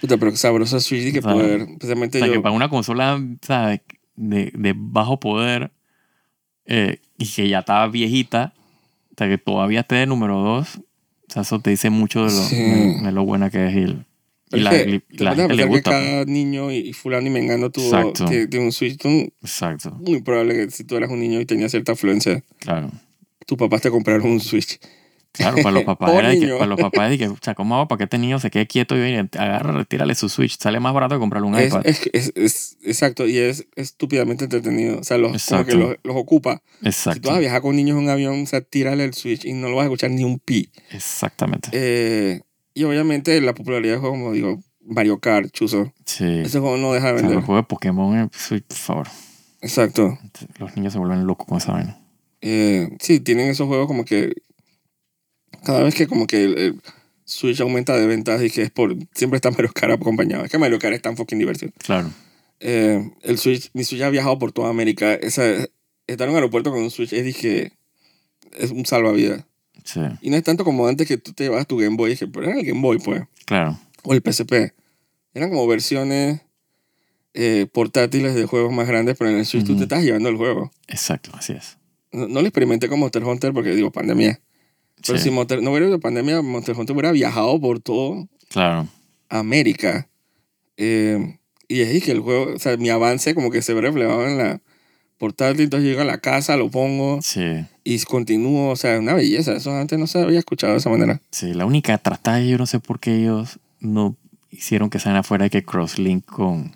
S1: puta, pero sabroso Switch y que
S2: O sea,
S1: poder. Especialmente
S2: O sea, que
S1: yo.
S2: para una consola, ¿sabes? De, de bajo poder eh, y que ya estaba viejita, o sea, que todavía esté de número dos, o sea, eso te dice mucho de lo,
S1: Sí.
S2: de, de lo buena que es. el- Y,
S1: Pero
S2: la,
S1: es que
S2: y
S1: te
S2: la
S1: pones a
S2: gente le
S1: pensar
S2: gusta.
S1: que
S2: pues.
S1: cada niño y, y fulano y mengano tuvo
S2: Exacto.
S1: tiene, tiene un Switch. tú-
S2: Exacto,
S1: muy probable que si tú eras un niño y tenías cierta afluencia,
S2: claro.
S1: tus papás te compraron un Switch.
S2: Claro, para los papás
S1: Pobre
S2: era de que,
S1: niño.
S2: para los papás de que, o sea, ¿cómo hago para que este niño se quede quieto y oye, agarra, retírale su Switch? Sale más barato que comprarle un
S1: Es, eh,
S2: iPad.
S1: es, es- es- exacto, y es estúpidamente entretenido. O sea, los, como que
S2: Exacto.
S1: los, los ocupa. Si tú
S2: Exacto.
S1: vas a viajar con niños en un avión, o sea, tírale el Switch y no lo vas a escuchar ni un pi.
S2: Exactamente.
S1: Eh, y obviamente la popularidad de juegos como digo, Mario Kart, Chuzo.
S2: Sí.
S1: Ese juego no deja de
S2: O sea,
S1: vender.
S2: los juegos de Pokémon, eh, Switch, por favor.
S1: Exacto.
S2: Los niños se vuelven locos con esa vaina.
S1: Eh, sí, tienen esos juegos como que. Cada vez que como que el, el Switch aumenta de ventas y que es por. Siempre está Mario Kart acompañado. Es que Mario Kart es tan fucking divertido.
S2: Claro.
S1: eh, el Switch, mi Switch ha viajado por toda América. Esa, estar en un aeropuerto con un Switch es, dije, es un salvavidas.
S2: Sí.
S1: Y no es tanto como antes que tú te llevabas tu Game Boy, dije, pero era el Game Boy, pues,
S2: Claro.
S1: o el PSP. Eran como versiones eh, portátiles de juegos más grandes, pero en el Switch tú
S2: Ujú.
S1: te estás llevando el juego.
S2: Exacto. Así es.
S1: No, no lo experimenté con Monster Hunter porque digo, pandemia. Pero
S2: Sí.
S1: si Monster- no hubiera ido pandemia, Monster Hunter hubiera viajado por todo
S2: Claro.
S1: América. Eh, y es ahí que el juego, o sea, mi avance como que se ve reflejado en la portátil. Entonces llego a la casa, lo pongo
S2: Sí.
S1: y continúo. O sea, es una belleza. Eso antes no se había escuchado de esa manera.
S2: Sí. La única tratada, yo no sé por qué ellos no hicieron que salgan afuera de que crosslink con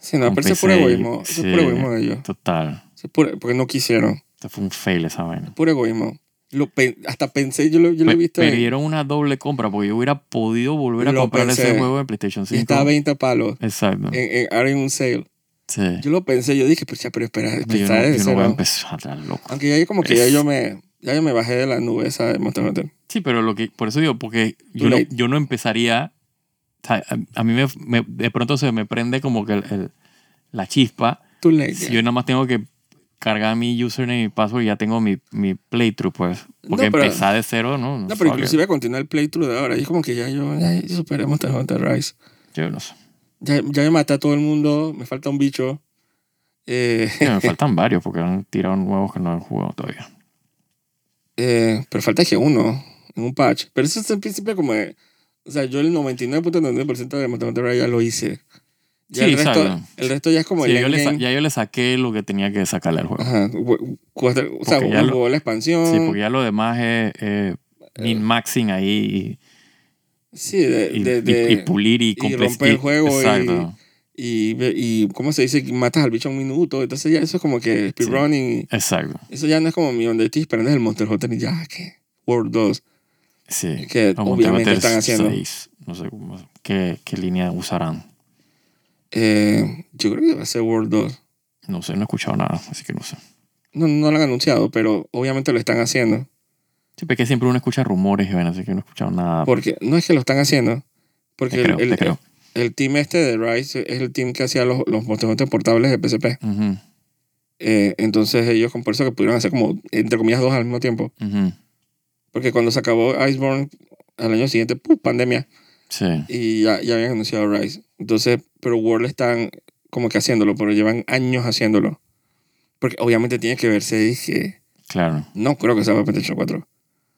S1: Sí, no,
S2: Con
S1: pero eso es
S2: PC,
S1: puro egoísmo. Eso es puro
S2: sí.
S1: egoísmo de ellos.
S2: total.
S1: Eso es puro- porque no quisieron.
S2: O sea, fue un fail esa vaina.
S1: Puro egoísmo. Lo pen- hasta pensé, yo lo, yo lo he
S2: Pe-
S1: visto en-
S2: Perdieron una doble compra porque yo hubiera podido volver a
S1: Lo
S2: comprar ese
S1: pensé.
S2: juego de PlayStation
S1: y Eh,
S2: 5.
S1: está a 20 palos.
S2: Exacto.
S1: En, en- ahora en un sale.
S2: sí.
S1: Yo lo pensé, yo dije, pero, ya, pero espera,
S2: Eh. Yo,
S1: empezar
S2: no,
S1: desde
S2: yo no voy a
S1: cero.
S2: empezar a estar loco.
S1: Aunque ya yo como que ya
S2: Es-
S1: yo me, Ya yo me bajé de la nube esa de Monster Hunter.
S2: Sí, pero lo que, por eso digo, porque yo
S1: Too
S2: no,
S1: late.
S2: yo no empezaría. o sea, a, a mí me, me- de pronto se me prende como que el- el- la chispa.
S1: Too late.
S2: Si yo nada más tengo que cargar mi username y mi password y ya tengo mi, mi playthrough, pues. Porque
S1: No, pero-
S2: empezar de cero, no.
S1: no, pero
S2: fuck it.
S1: inclusive continúa el playthrough de ahora. Y es como que ya yo, ya, yo superé Monster Hunter Rise.
S2: Yo no sé.
S1: Ya, ya me maté a todo el mundo, me falta un bicho. Eh,
S2: Sí, me faltan varios porque han tirado nuevos que no he jugado todavía.
S1: eh, pero falta que uno, en un patch. Pero eso es en principio como de- O sea, yo el 99.99% de Monster Hunter Rise ya lo hice. Ya
S2: Sí,
S1: el, resto,
S2: exacto.
S1: el resto ya es como
S2: Sí,
S1: el
S2: yo le sa-
S1: endgame.
S2: ya yo le saqué lo que tenía que sacarle al juego.
S1: Ajá, gu- cuatro- o sea,
S2: Porque ya lo-
S1: jugó la expansión.
S2: Sí, porque ya lo demás es eh, min-maxing ahí
S1: Sí, de,
S2: y, y-
S1: de- de-
S2: y- y pulir y, comple-
S1: romper el juego y-
S2: Exacto.
S1: y, ve- y ¿cómo se dice? Matas al bicho en un minuto. Entonces ya eso es como que speedrunning.
S2: Exacto,
S1: Eso ya no es como mi donde estoy esperando el Monster Hunter y ya, que World 2,
S2: sí.
S1: que
S2: O
S1: obviamente
S2: Montebater
S1: están haciendo.
S2: seis, no sé cómo- qué, qué línea usarán.
S1: Eh, yo creo que va a ser World 2.
S2: No sé, no he escuchado nada, así que no sé.
S1: No, no lo han anunciado, pero obviamente lo están haciendo.
S2: Sí, porque siempre uno escucha rumores, y vaina, así que no he escuchado nada.
S1: Porque no es que lo están haciendo. Porque
S2: Ah. te creo,
S1: el,
S2: te
S1: el,
S2: creo.
S1: el team este de Rise es el team que hacía los, los Monster Hunter portables de PSP.
S2: Ujú,
S1: Eh, entonces ellos con por eso que pudieron hacer como, entre comillas, dos al mismo tiempo.
S2: ujú,
S1: Porque cuando se acabó Iceborne, al año siguiente, ¡pum! pandemia.
S2: Sí,
S1: Y ya, ya habían anunciado Rise. Entonces, pero World están como que haciéndolo, pero llevan años haciéndolo. Porque obviamente tiene que verse, dije,
S2: claro.
S1: no creo que sea para PlayStation 4.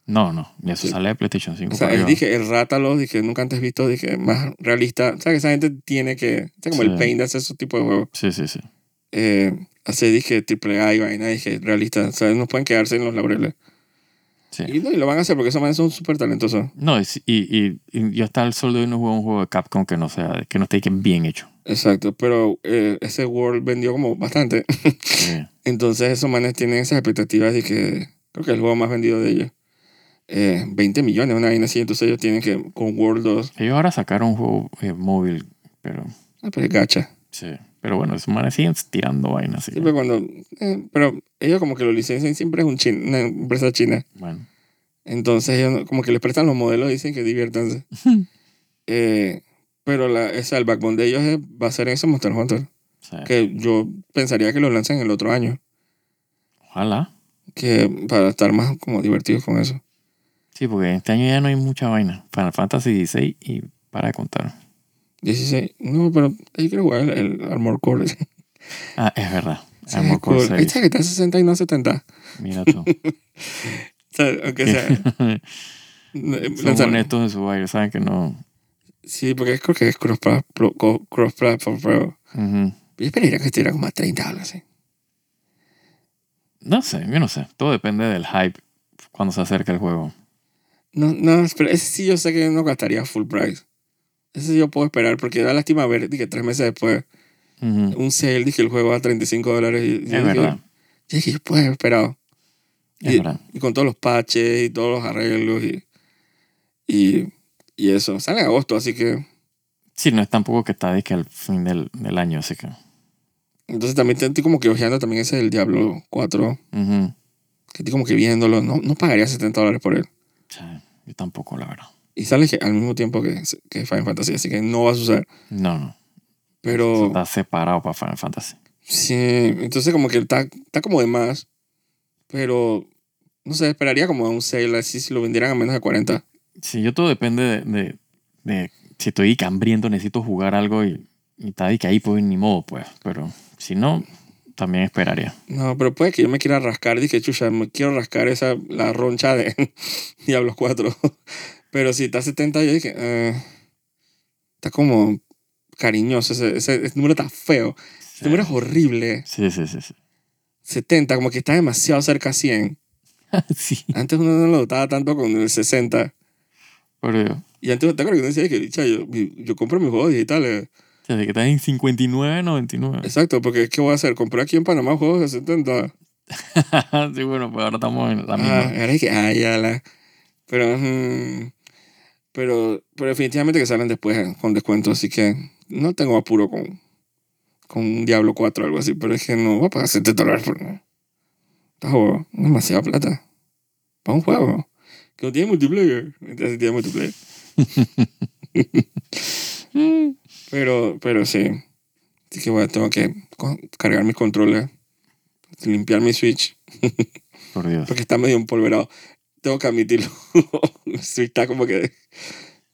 S2: No, no, y eso
S1: Sí.
S2: sale de PlayStation 5.
S1: O sea,
S2: para
S1: él
S2: arriba.
S1: dije, el Rátalos, dije, nunca antes visto, dije, más realista. O sea, que esa gente tiene que, o sea, como el
S2: Sí.
S1: pain de hacer esos tipos de juegos.
S2: Sí, sí, sí.
S1: Eh, hacer, dije, triple A y vaina, dije, realista. O sea, no pueden quedarse en los laureles.
S2: sí.
S1: Y, no, y lo van a hacer porque esos manes son súper talentosos.
S2: No, es- y, y, y yo hasta el sol de hoy no juego un juego de Capcom que no sea, que no esté que bien hecho.
S1: Exacto, pero eh, ese World vendió como bastante.
S2: Sí.
S1: Entonces esos manes tienen esas expectativas de que creo que es el juego más vendido de ellos. Eh, 20 millones, una vaina así. Entonces ellos tienen que con World 2.
S2: Ellos ahora sacaron un juego eh, móvil, pero
S1: Ah, pero es gacha.
S2: sí. Pero bueno, esos manes siguen tirando vainas. así que,
S1: Siempre cuando... eh, pero ellos como que lo licencian siempre es un chin- una empresa china.
S2: bueno.
S1: Entonces ellos no- como que les prestan los modelos y dicen que diviértanse. Eh, pero la, esa, el backbone de ellos es- va a ser en ese Monster Hunter.
S2: Sí.
S1: Que yo pensaría que lo lanzan el otro año.
S2: Ojalá.
S1: Que para estar más como divertidos con eso.
S2: Sí, porque este año ya no hay mucha vaina. Final Fantasy XVI y para de contar.
S1: 16. No, pero ahí quiero jugar el, el Armor Core. Ese
S2: Ah, es verdad.
S1: es
S2: Armor Core
S1: cool. Ahí está
S2: 6.
S1: que está 60 y no 70.
S2: Mira tú.
S1: O sea, aunque sea. eh, no, eh,
S2: Son
S1: lanzar-
S2: honestos en su baile, saben que no.
S1: sí, porque es- creo que es cross pla- pro- co- cross platform. pero
S2: Ujú.
S1: Yo esperaría que estuviera como a 30 algo así.
S2: No sé, yo no sé. Todo depende del hype cuando se acerca el juego.
S1: No, no, pero ese sí yo sé que no gastaría full price. Ese sí yo puedo esperar porque da lástima ver que tres meses después
S2: Ujú.
S1: un sale dije el juego a 35 dólares. Y, y
S2: Es
S1: yo dije,
S2: verdad.
S1: Yo dije, pues he esperado.
S2: Es
S1: y-
S2: verdad.
S1: Y con todos los patches y todos los arreglos y, y, y eso. Sale en agosto, así que...
S2: Sí, no es tampoco que está de que al fin del, del año, así que.
S1: Entonces también te- estoy como que ojeando también ese del Diablo 4,
S2: ujú.
S1: que estoy como que viéndolo, no, no pagaría 70 dólares por él.
S2: Sí, yo tampoco, la verdad.
S1: Y sale que al mismo tiempo que, que Final Fantasy, así que no va a suceder.
S2: No, no. Eso
S1: Pero
S2: está separado para Final Fantasy.
S1: sí, entonces como que está, está como de más. Pero no sé, esperaría como a un sale así si lo vendieran a menos de 40.
S2: Sí, yo todo depende de, de, de si estoy que hambriento, necesito jugar algo y, y está de que ahí pues ni modo, pues. Pero si no, también esperaría.
S1: No, pero puede que yo me quiera rascar, dije, chucha, me quiero rascar esa, la roncha de Diablo 4. pero si está 70, yo dije, eh, está como cariñoso, ese, ese- ese número está feo.
S2: Sí,
S1: Este número es horrible.
S2: sí, sí, sí. sí.
S1: 70, como que está demasiado cerca a 100.
S2: Sí,
S1: Antes uno no lo dotaba tanto con el 60.
S2: pero
S1: Y antes, ¿te acuerdas que uno decía que "Cha, yo, mi- yo compro mis juegos digitales?
S2: desde que estás en 59.99.
S1: Exacto, porque ¿qué voy a hacer? Compré aquí en Panamá juegos de 70.
S2: sí, bueno, pues ahora estamos en la
S1: Ah,
S2: misma.
S1: ahora es que, ah, ya la. Pero, mm, pero, pero definitivamente que salen después eh, con descuento, así que no tengo apuro con, con un Diablo 4 o algo así, pero es que no voy a pagar 70 dólares por. Está jugando demasiada plata. Para un juego. Que no tiene multiplayer. Entonces sí tiene multiplayer. pero, pero sí. Así que bueno, tengo que co- cargar mis controles. Limpiar mi Switch.
S2: Por Dios.
S1: Porque está medio empolverado. Tengo que admitirlo. el Switch está como que...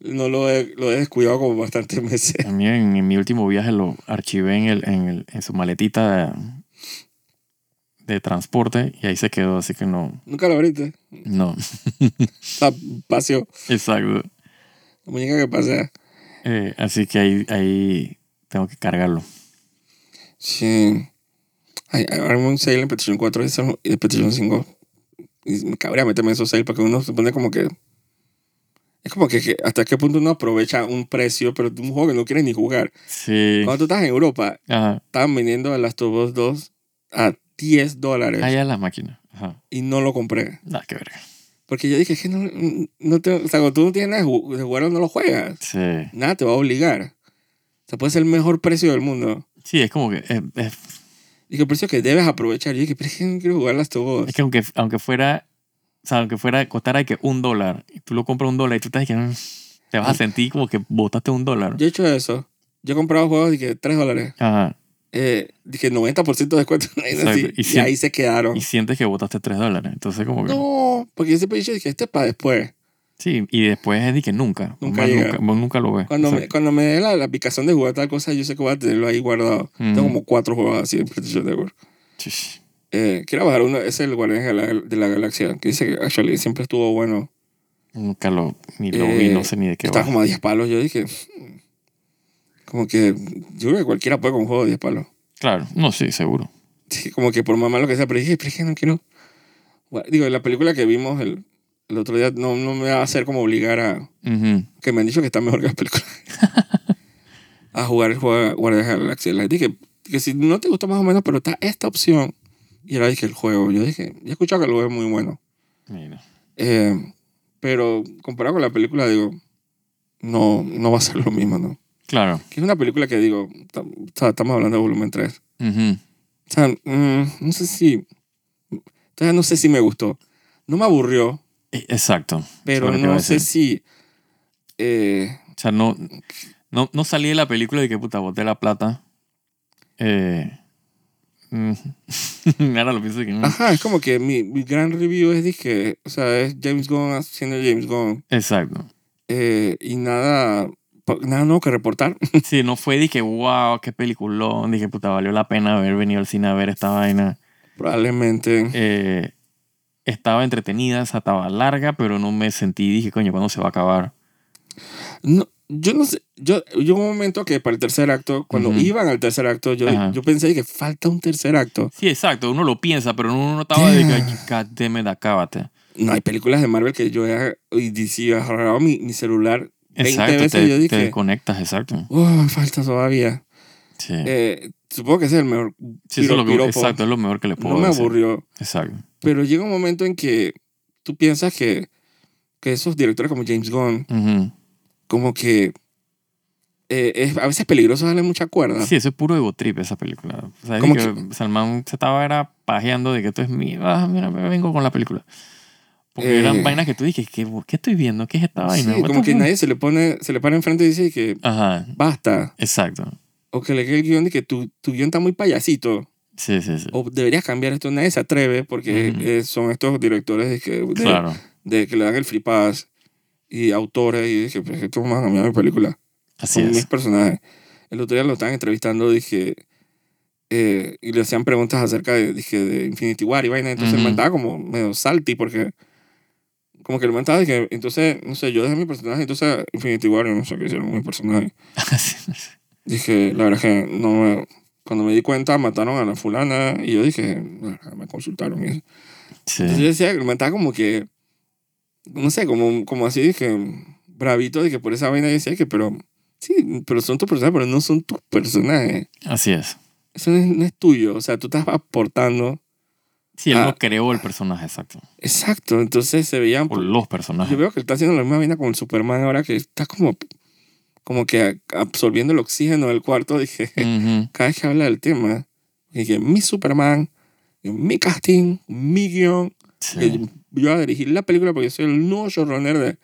S1: No lo he, lo he descuidado como bastantes meses.
S2: También en, mi último viaje lo archivé en, el, en, el, en su maletita de, de transporte y ahí se quedó, así que no.
S1: Nunca lo abriste.
S2: No,
S1: Está paseo.
S2: exacto.
S1: La muñeca que pasea.
S2: Eh, así que ahí, ahí tengo que cargarlo.
S1: Sí. Hay, hay un sale en PlayStation 4 y eso- y de PlayStation 5. Y me cabría meterme en esos sales porque uno se pone como que. Es como que, que hasta qué punto uno aprovecha un precio, pero de un juego que no quieres ni jugar.
S2: Sí.
S1: Cuando tú estás en Europa,
S2: Ajá.
S1: estaban vendiendo el Last of Us 2 a 10 dólares
S2: Allá la máquina. Ajá.
S1: y no lo compré.
S2: Nada que verga.
S1: Porque yo dije, es que no, no te, o sea, cuando tú no tienes nada de ju- de jugar, no lo juegas.
S2: Sí.
S1: Nada te va a obligar. O sea, puede ser el mejor precio del mundo.
S2: Sí, es como que. eh, eh,
S1: Y que el precio que debes aprovechar. Yo dije, pero es que no quiero jugar Last of Us.
S2: es que aunque, aunque fuera. O sea, aunque fuera costara que un dólar, y tú lo compras un dólar y tú estás que mm, te vas a sentir como que botaste un dólar.
S1: Yo he hecho eso. Yo he comprado juegos de que 3 dólares.
S2: Ajá.
S1: Eh, dije 90% de descuento. una vaina así,
S2: Exacto. Y
S1: y,
S2: cien-
S1: ahí se quedaron.
S2: Y sientes que botaste tres dólares. Entonces, como que.
S1: No, porque yo siempre he dicho que este es para después.
S2: Sí, y después es de que nunca.
S1: Nunca
S2: Más
S1: llega.
S2: nunca, vos nunca lo ves.
S1: Cuando me,
S2: Exacto.
S1: cuando me dé la, la picazón de jugar tal cosa, yo sé que voy a tenerlo ahí guardado.
S2: Ujú.
S1: Tengo como cuatro juegos así en PlayStation Network.
S2: Chish.
S1: Eh, quiero bajar uno, ese es el Guardián de la, de la Galaxia, que dice que actually siempre estuvo bueno.
S2: Nunca lo, ni lo vi,
S1: Eh,
S2: no sé ni de qué
S1: Estaba
S2: va.
S1: como a 10 palos, yo dije. "Hmm". Como que yo creo que cualquiera puede con un juego de 10 palos.
S2: Claro, no, sí, seguro.
S1: Sí, como que por más malo que sea, pero dije, pero es que no quiero. jugar". Digo, la película que vimos el, el otro día no, no me va a hacer como obligar a.
S2: Ujú.
S1: Que me han dicho que está mejor que la película. a jugar el juego de Guardianes de la Galaxia. Le dije que si no te gusta más o menos, pero está esta opción. Y ahora dije el juego. Yo dije, yo he escuchado que el juego es muy bueno.
S2: Mira.
S1: Eh, pero comparado con la película, digo, no, no va a ser lo mismo, ¿no?
S2: Claro.
S1: Que es una película que digo, tam- o sea, estamos hablando de volumen 3.
S2: Ujú.
S1: O sea, mm, no sé si. Todavía no sé si me gustó. No me aburrió,
S2: E- Exacto.
S1: pero
S2: Eso es lo que iba a
S1: no sé
S2: decir.
S1: si. eh,
S2: O sea, no, no, no salí de la película de que puta, boté la plata. Eh, mm. Ahora lo pienso de que. mm.
S1: ajá, es como que mi, mi gran review es dije, o sea, es James Gunn haciendo James Gunn
S2: Exacto.
S1: eh, y nada, pa- nada nuevo que reportar.
S2: Sí, no fue de que, wow, qué peliculón. Dije, puta, valió la pena haber venido al cine a ver esta vaina.
S1: Probablemente.
S2: Eh, estaba entretenida, o sea, estaba larga, pero no me sentí. Dije, coño, ¿cuándo se va a acabar?
S1: No, yo no sé, yo, yo hubo un momento que para el tercer acto, cuando
S2: Ujú.
S1: iban al tercer acto, yo,
S2: Ajá.
S1: yo pensé que falta un tercer acto.
S2: Sí, exacto. Uno lo piensa, pero uno no estaba de que, "Ay, God damn it, acábate.
S1: No hay películas de Marvel que yo he y DC, he agarrado mi, mi celular 20
S2: Exacto,
S1: veces.
S2: te,
S1: yo
S2: te
S1: dije,
S2: desconectas, exacto.
S1: Oh, falta todavía.
S2: Sí,
S1: Eh, supongo que ese es el mejor
S2: Sí, eso es lo que-
S1: piropo.
S2: exacto, es lo mejor que le puedo
S1: No me
S2: decir.
S1: aburrió.
S2: Exacto.
S1: Pero llega un momento en que tú piensas que, que esos directores como James Gunn,
S2: Ujú.
S1: como que eh, es a veces peligroso darle mucha cuerda.
S2: Sí, eso es puro ego trip esa película. O sea, de
S1: Ah. ¿Cómo
S2: que Salman se estaba era pajeando de que esto es mío. Ah, mira, me vengo con la película. Porque
S1: Eh.
S2: eran vainas que tú dices, ¿qué, ¿qué estoy viendo? ¿Qué es esta
S1: Sí,
S2: vaina? What
S1: como
S2: the
S1: que
S2: fuck?
S1: nadie se le pone, se le para enfrente y dice que
S2: Ajá,
S1: basta.
S2: exacto.
S1: O que le quede el guión de que tu, tu guión está muy payasito.
S2: Sí, sí, sí.
S1: O deberías cambiar esto. Nadie se atreve porque
S2: Ujú.
S1: eh, son estos directores de que, de-
S2: Claro,
S1: de que le dan el free pass y autores y dije, pero es que tú me vas a cambiar mi película.
S2: así
S1: con mis
S2: es.
S1: personajes. El otro día lo estaban entrevistando, dije, eh, y le hacían preguntas acerca de, dije, de Infinity War y vaina. Entonces
S2: Ujú.
S1: el man estaba como medio salty porque, como que el man estaba, dije, entonces, no sé, yo dejé mi personaje, entonces Infinity War, yo no sé qué hicieron con mi personaje.
S2: Así es.
S1: Dije, la verdad es que no me- Cuando me di cuenta, mataron a la fulana y yo dije, "Ah, me consultaron. y eso". Entonces yo
S2: Sí,
S1: decía, el man estaba como que, no sé, como, como así, dije, bravito, dije, por esa vaina, y decía que, pero, sí, pero son tus personajes, pero no son tus personajes.
S2: así es.
S1: Eso no es, no es tuyo, o sea, tú estás aportando.
S2: Sí, él
S1: Ah.
S2: no creó el personaje, exacto.
S1: Exacto, entonces se veían.
S2: O los
S1: Yo
S2: personajes.
S1: veo que él está haciendo la misma vaina con el Superman ahora que está como, como que a- absorbiendo el oxígeno del cuarto, dije,
S2: Ujú.
S1: cada vez que habla del tema, dije, mi Superman, mi casting, mi guión,
S2: Sí.
S1: que yo a dirigir la película porque yo soy el nuevo showrunner de... O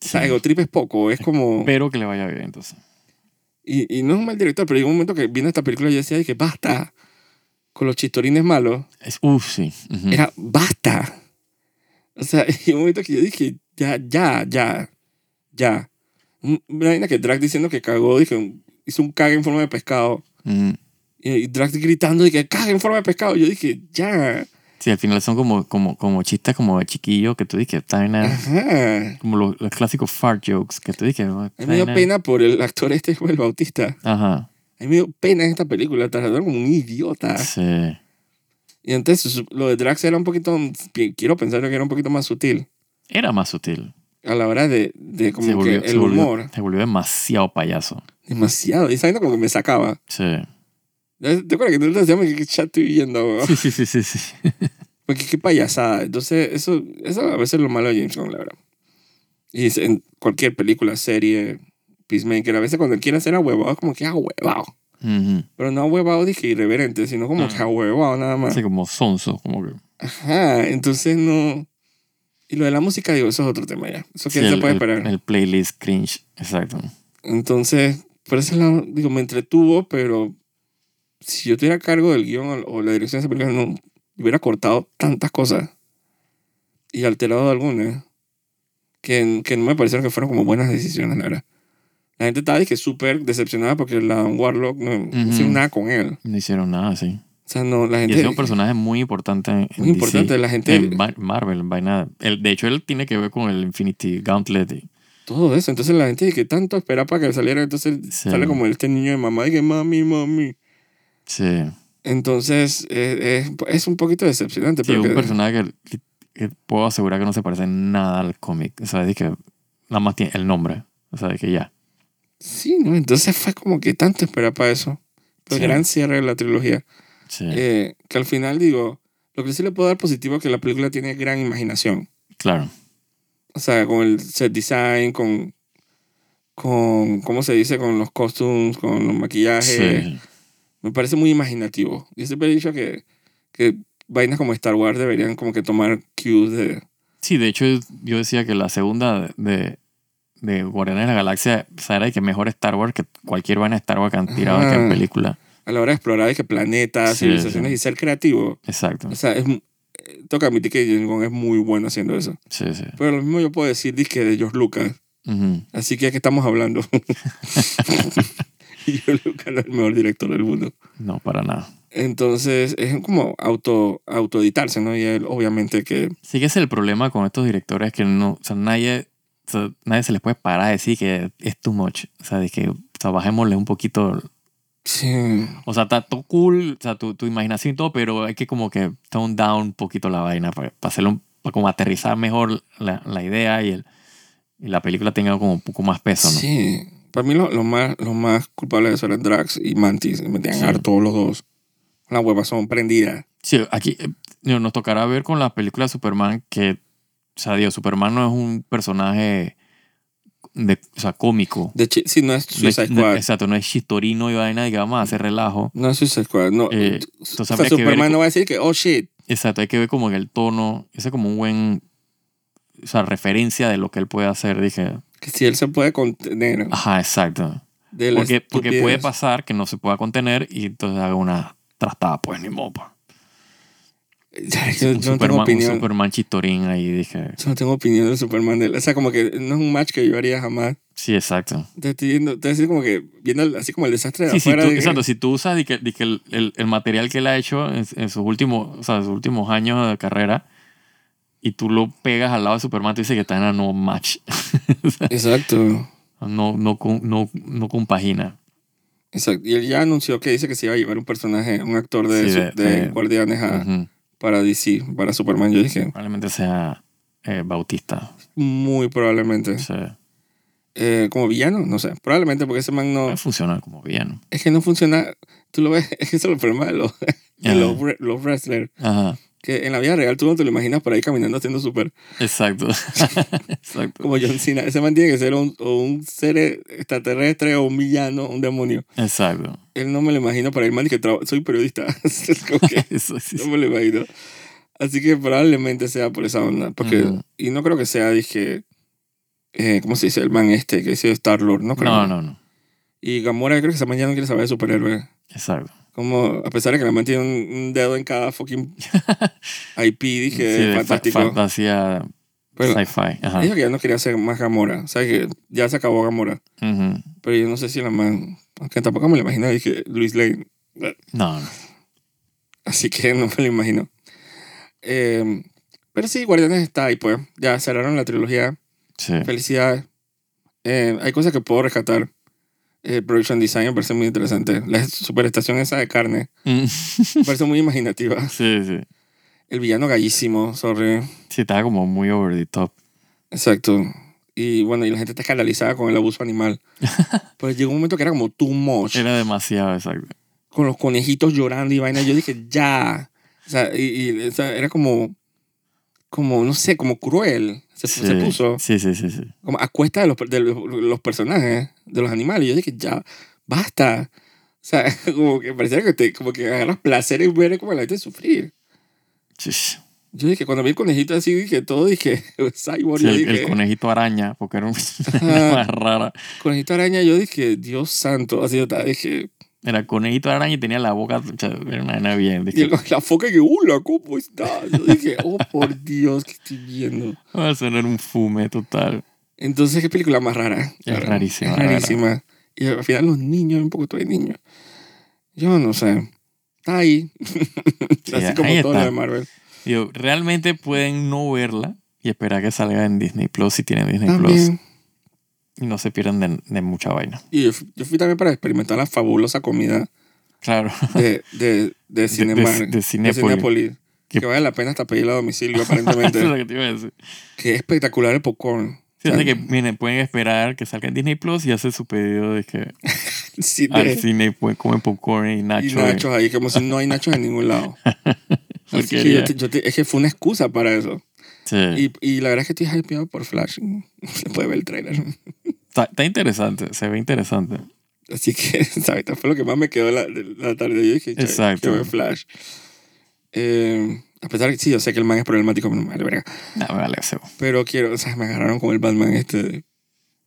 S1: sea,
S2: Sí.
S1: Ego Trip es poco, es como...
S2: Espero que le vaya bien, entonces.
S1: Y, y no es un mal director, pero llegó un momento que viendo esta película yo decía, que basta con los chistorines malos.
S2: Es, uf, sí. Ujú.
S1: Era, basta. O sea, y un momento que yo dije, ya, ya, ya, ya. Un- Una vaina que Drag diciendo que cagó, dije, un- hizo un cague en forma de pescado.
S2: Ujú.
S1: Y, y Drax gritando, dije, cague en forma de pescado. Yo dije, ya,
S2: Sí, al final son como, como, como chistes como de chiquillo que tú dices, esta vaina-
S1: ajá.
S2: como los, los clásicos fart jokes que tú dices. "Oh,
S1: A
S2: esta
S1: mí me dio
S2: vaina".
S1: pena por el actor este, el Bautista.
S2: Ajá.
S1: A mí me dio pena en esta película, trataron como un idiota.
S2: Sí.
S1: Y entonces lo de Drax era un poquito, quiero pensar que era un poquito más sutil
S2: Era más sutil.
S1: a la hora de, de como
S2: se, volvió,
S1: que
S2: se
S1: el
S2: volvió-
S1: humor.
S2: se volvió demasiado payaso.
S1: Demasiado. Y esa vaina como que me sacaba.
S2: Sí.
S1: ¿Te acuerdas que tú te decías, "Mira, qué chat estoy viendo? weón?"
S2: Sí, sí, sí, sí. sí.
S1: Porque qué payasada. Entonces, eso, eso a veces es lo malo de James Gunn, la verdad. Y es en cualquier película, serie, Peacemaker, a veces cuando él quiere hacer ahuevado, como que ah, ahuevado.
S2: Ujú.
S1: Pero no ahuevado, dije irreverente, sino como
S2: Ah.
S1: que ahuevado nada más.
S2: Sí, como sonso. Como que,
S1: Ajá, entonces no. Y lo de la música, digo, eso es otro tema ya. Eso que
S2: sí,
S1: se
S2: el-
S1: puede
S2: el-
S1: esperar.
S2: el playlist cringe. Exacto.
S1: Entonces, por ese lado, digo, me entretuvo, pero si yo tuviera cargo del guión o, o la dirección de esa película, no hubiera cortado tantas cosas y alterado algunas que, que no me parecieron que fueron como buenas decisiones, la verdad. La gente estaba, dije, súper decepcionada porque la Warlock no no hicieron nada con él.
S2: No hicieron nada, sí.
S1: O sea, no, la
S2: Y
S1: gente...
S2: ese es un personaje muy importante en
S1: muy
S2: DC.
S1: importante, la gente...
S2: En Mar- Marvel, en vaina. El, de hecho, él tiene que ver con el Infinity Gauntlet. y-
S1: todo eso. Entonces la gente que tanto espera para que saliera, entonces
S2: Sí.
S1: sale como este niño de mamá y que mami, mami.
S2: Sí.
S1: Entonces eh, es, es un poquito decepcionante.
S2: Sí,
S1: pero
S2: un
S1: que-
S2: personaje que, que puedo asegurar que no se parece nada al cómic. O sea, es que nada más tiene el nombre. O sea, es que ya.
S1: sí, ¿no? Entonces fue como que tanto esperar para eso. El
S2: Sí.
S1: gran cierre de la trilogía.
S2: Sí,
S1: Eh, que al final digo, lo que sí le puedo dar positivo es que la película tiene gran imaginación.
S2: claro.
S1: O sea, con el set design, con, con ¿cómo se dice? Con los costumes, con los maquillajes.
S2: Sí.
S1: Me parece muy imaginativo. Yo siempre he dicho que, que vainas como Star Wars deberían como que tomar cues de...
S2: Sí, de hecho, yo decía que la segunda de, de Guardianes de la Galaxia o sea, era de que mejor Star Wars que cualquier vaina de Star Wars que han tirado de que
S1: Ajá.
S2: en película.
S1: A la hora de explorar de que planetas,
S2: Sí,
S1: civilizaciones
S2: sí.
S1: y ser creativo.
S2: Exacto.
S1: O sea, es, eh, toca admitir que James Gunn es muy bueno haciendo eso.
S2: Sí, sí.
S1: Pero lo mismo yo puedo decir disque de George Lucas.
S2: Ujú.
S1: Así que aquí estamos hablando. y George Lucas no es el mejor director del mundo.
S2: No, para nada.
S1: Entonces, es como auto, autoeditarse, ¿no? Y él, obviamente, que
S2: Sí que ese es el problema con estos directores que no, o sea, nadie, o sea, nadie se les puede parar a decir que es too much. O sea, de que o sea, bajémosle un poquito.
S1: sí,
S2: O sea, está todo cool, o sea, tu, tu imaginación y todo, pero hay que como que tone down un poquito la vaina para, hacerlo, un- pa como aterrizar mejor la, la idea y, el, y la película tenga como un poco más peso, ¿no?
S1: sí. Para mí, lo, lo más, lo más culpable de eso eran Drax y Mantis. Me tenían
S2: Sí.
S1: harto los dos. Las huevas son prendidas.
S2: Sí, aquí eh, digo, nos tocará ver con la película de Superman que, o sea, Dios, Superman no es un personaje de, o sea, cómico.
S1: De chi- sí, no es
S2: No
S1: Suicide
S2: es- no-
S1: Squad.
S2: exacto, no es chistorino y vaina de que vamos a hacer relajo.
S1: No es Suicide Squad. No.
S2: Eh,
S1: O sea,
S2: entonces habría que ver
S1: Superman
S2: co-
S1: no va a decir que, oh shit.
S2: Exacto, hay que ver como que el tono, ese es como un buen, o sea, referencia de lo que él puede hacer. Dije,
S1: Que si él se puede contener.
S2: ajá, exacto.
S1: de la
S2: Ah, Porque, porque puede
S1: estupidez.
S2: pasar que no se pueda contener y entonces haga una trastada, pues ni mopa.
S1: Ya, Yo, yo
S2: un,
S1: no tengo
S2: Superman, un
S1: opinión.
S2: Superman chistorín ahí, dije,
S1: Yo no tengo opinión de Superman. de- o sea, como que no es un match que yo haría jamás.
S2: sí, exacto.
S1: Te estoy viendo, te estoy como que viendo el- así como el desastre de
S2: Sí, sí,
S1: afuera.
S2: tú-
S1: de que-
S2: exacto, si tú usas dije, dije, el, el- el material que él ha hecho en, en sus, últimos, o sea, sus últimos años de carrera y tú lo pegas al lado de Superman, tú dices que está en a no match.
S1: Exacto.
S2: Ah. no, no, con- no, no compagina.
S1: Exacto. Y él ya anunció que dice que se iba a llevar un personaje, un actor de,
S2: Sí,
S1: su-
S2: de-
S1: de
S2: de-
S1: Guardianes a-
S2: Ujú.
S1: para DC, para Superman. Yo dije,
S2: Probablemente sea eh, Bautista.
S1: muy probablemente.
S2: O sea,
S1: Eh, como villano, no sé. Probablemente porque ese man no.
S2: puede funcionar como bien.
S1: Es que no funciona. Tú lo ves, es que eso es lo problema de los, de
S2: Ajá.
S1: los, wre- los wrestlers.
S2: Ajá,
S1: Que en la vida real tú no te lo imaginas por ahí caminando haciendo super.
S2: exacto. exacto.
S1: Como John Cena. Ese man tiene que ser un, o un ser extraterrestre o un villano, un demonio.
S2: Exacto.
S1: Él no me lo imagino para el man que traba- soy periodista. Es como que
S2: Eso sí,
S1: no me lo imagino. Así que probablemente sea por esa onda. Porque,
S2: Ujú.
S1: Y no creo que sea, dije, eh, ¿cómo se dice? El man este, que dice Star-Lord, ¿no? Creo.
S2: No, no, no.
S1: Y Gamora creo que esa mañana no quiere saber de superhéroe.
S2: Exacto.
S1: Como, a pesar de que la man tiene un, un dedo en cada fucking IP,
S2: Sí,
S1: dije,
S2: de fa-
S1: fantástico.
S2: fantasía
S1: Pero
S2: sci-fi. Ajá.
S1: ella que ya no quería hacer más Gamora. O sea, que ya se acabó Gamora.
S2: Ujú.
S1: Pero yo no sé si la man... Aunque tampoco me la imagino, dije, Luis Lane.
S2: No, no.
S1: Así que no me lo imagino. Eh, pero sí, Guardianes está ahí, pues. Ya cerraron la trilogía.
S2: Sí.
S1: Felicidades. Eh, hay cosas que puedo rescatar. Eh, production design me parece muy interesante. La superestación esa de carne
S2: Mm.
S1: me parece muy imaginativa.
S2: Sí, sí.
S1: El villano gallísimo, sorry.
S2: Sí, estaba como muy over the top.
S1: Exacto. Y bueno, y la gente está escandalizada con el abuso animal. Pues llegó un momento que era como too much.
S2: Era demasiado, exacto.
S1: Con los conejitos llorando y vaina. Yo dije, ya. O sea, y, y, o sea, era como, como, no sé, como cruel. Se,
S2: Sí.
S1: se puso.
S2: Sí, sí, sí, sí.
S1: como a cuesta de los, de los, los personajes, de los animales. Yo dije, ya, basta. O sea, como que parecía que te, como que agarras placer en ver como la gente sufrir.
S2: Chish.
S1: Yo dije, cuando vi el conejito así, dije todo, dije, cyborg,
S2: Sí,
S1: yo
S2: el,
S1: dije,
S2: el conejito araña, porque era una más rara.
S1: conejito araña, yo dije, Dios santo, así yo estaba, dije,
S2: Era el conejito araña y tenía la boca. o sea, Era una nena bien.
S1: y
S2: dije,
S1: el- la foca que, hola, ¿cómo estás? Yo dije, oh, por Dios, ¿qué estoy viendo?
S2: Va a sonar un fume total.
S1: Entonces, ¿qué película más rara?
S2: Es rarísima,
S1: Es rarísima. Y al final los niños, un poco de niños. Yo no sé. Está ahí.
S2: Sí,
S1: Así como
S2: ahí
S1: todo lo
S2: está.
S1: de Marvel.
S2: Digo, realmente pueden no verla y esperar que salga en Disney Plus si tienen Disney Plus.
S1: También.
S2: Y no se pierdan de, de mucha vaina.
S1: Y yo, fu- yo fui también para experimentar la fabulosa comida
S2: Claro.
S1: de, de, de, Cinemar,
S2: de- de
S1: de
S2: Cinépolis.
S1: Cinépolis,
S2: Que-
S1: Que vale la pena hasta pedirla a domicilio,
S2: Eso es lo
S1: aparentemente.
S2: que te iba a decir.
S1: que espectacular el popcorn.
S2: Fíjate
S1: O sea,
S2: que, miren, pueden esperar que salga en Disney Plus y hacer su pedido de que
S1: sí, de-
S2: al cine pueden comer popcorn y nacho.
S1: y nachos ahí, como si no hay nachos en ningún lado. Así que yo
S2: Porquería.
S1: te- yo te- es que fue una excusa para eso.
S2: Sí.
S1: Y, y la verdad es que estoy hypeado por Flash. Se puede ver el trailer.
S2: Está, está interesante, se ve interesante.
S1: Así que, ¿sabes? Esto fue lo que más me quedó la, de la tarde. Yo dije,
S2: Exacto.
S1: Exacto. ver Flash. Eh, a pesar que sí, yo sé que el man es problemático, pero no me vale verga.
S2: No, me vale, ese.
S1: Pero quiero, o sea, me agarraron con el Batman este de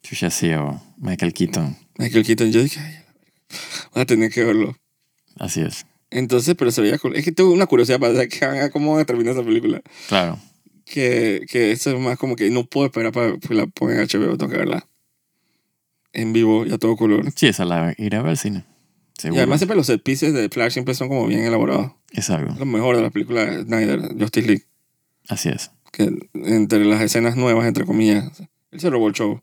S2: Chucha, sí, o Michael Keaton.
S1: Michael Keaton. Yo dije, ay, a la verga. voy a tener que verlo.
S2: Así es.
S1: Entonces, pero se veía cool. Es que tengo una curiosidad para saber qué van a- cómo van a terminar esa película.
S2: Claro.
S1: Que, que eso es más como que no puedo esperar para que la pongan en HBO, tengo que verla. En vivo y a todo color.
S2: Sí, esa la iré a ver al cine.
S1: Y
S2: Seguro.
S1: además siempre los set pieces de Flash siempre son como bien elaborados.
S2: Exacto.
S1: Lo mejor de las películas de Snyder, Justice League,
S2: Así es.
S1: que entre las escenas nuevas, entre comillas, él se robó el show.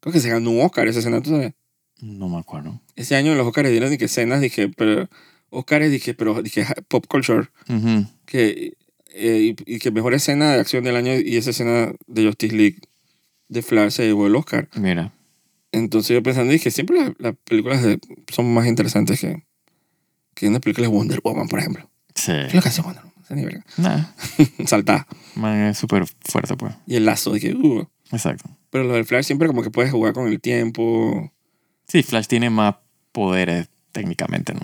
S1: Creo que se ganó un Oscar esa escena, ¿tú sabes?
S2: No me acuerdo.
S1: Ese año en los Oscars dieron dije escenas, dije, pero Oscars dije, pero dije ja- pop culture,
S2: Ujú.
S1: que eh, y, y que mejor escena de acción del año y esa escena de Justice League de Flash se llevó el Oscar.
S2: Mira.
S1: Entonces yo pensando dije, siempre las, las películas de- son más interesantes que que una película de Wonder Woman, por ejemplo.
S2: Sí.
S1: ¿Qué es lo que hace Wonder Woman? Esa ni verga.
S2: Nada.
S1: Saltar.
S2: Man es súper fuerte, pues.
S1: Y el lazo, dije, uh.
S2: Exacto.
S1: Pero lo del Flash siempre como que puedes jugar con el tiempo.
S2: Sí, Flash tiene más poderes técnicamente, ¿no?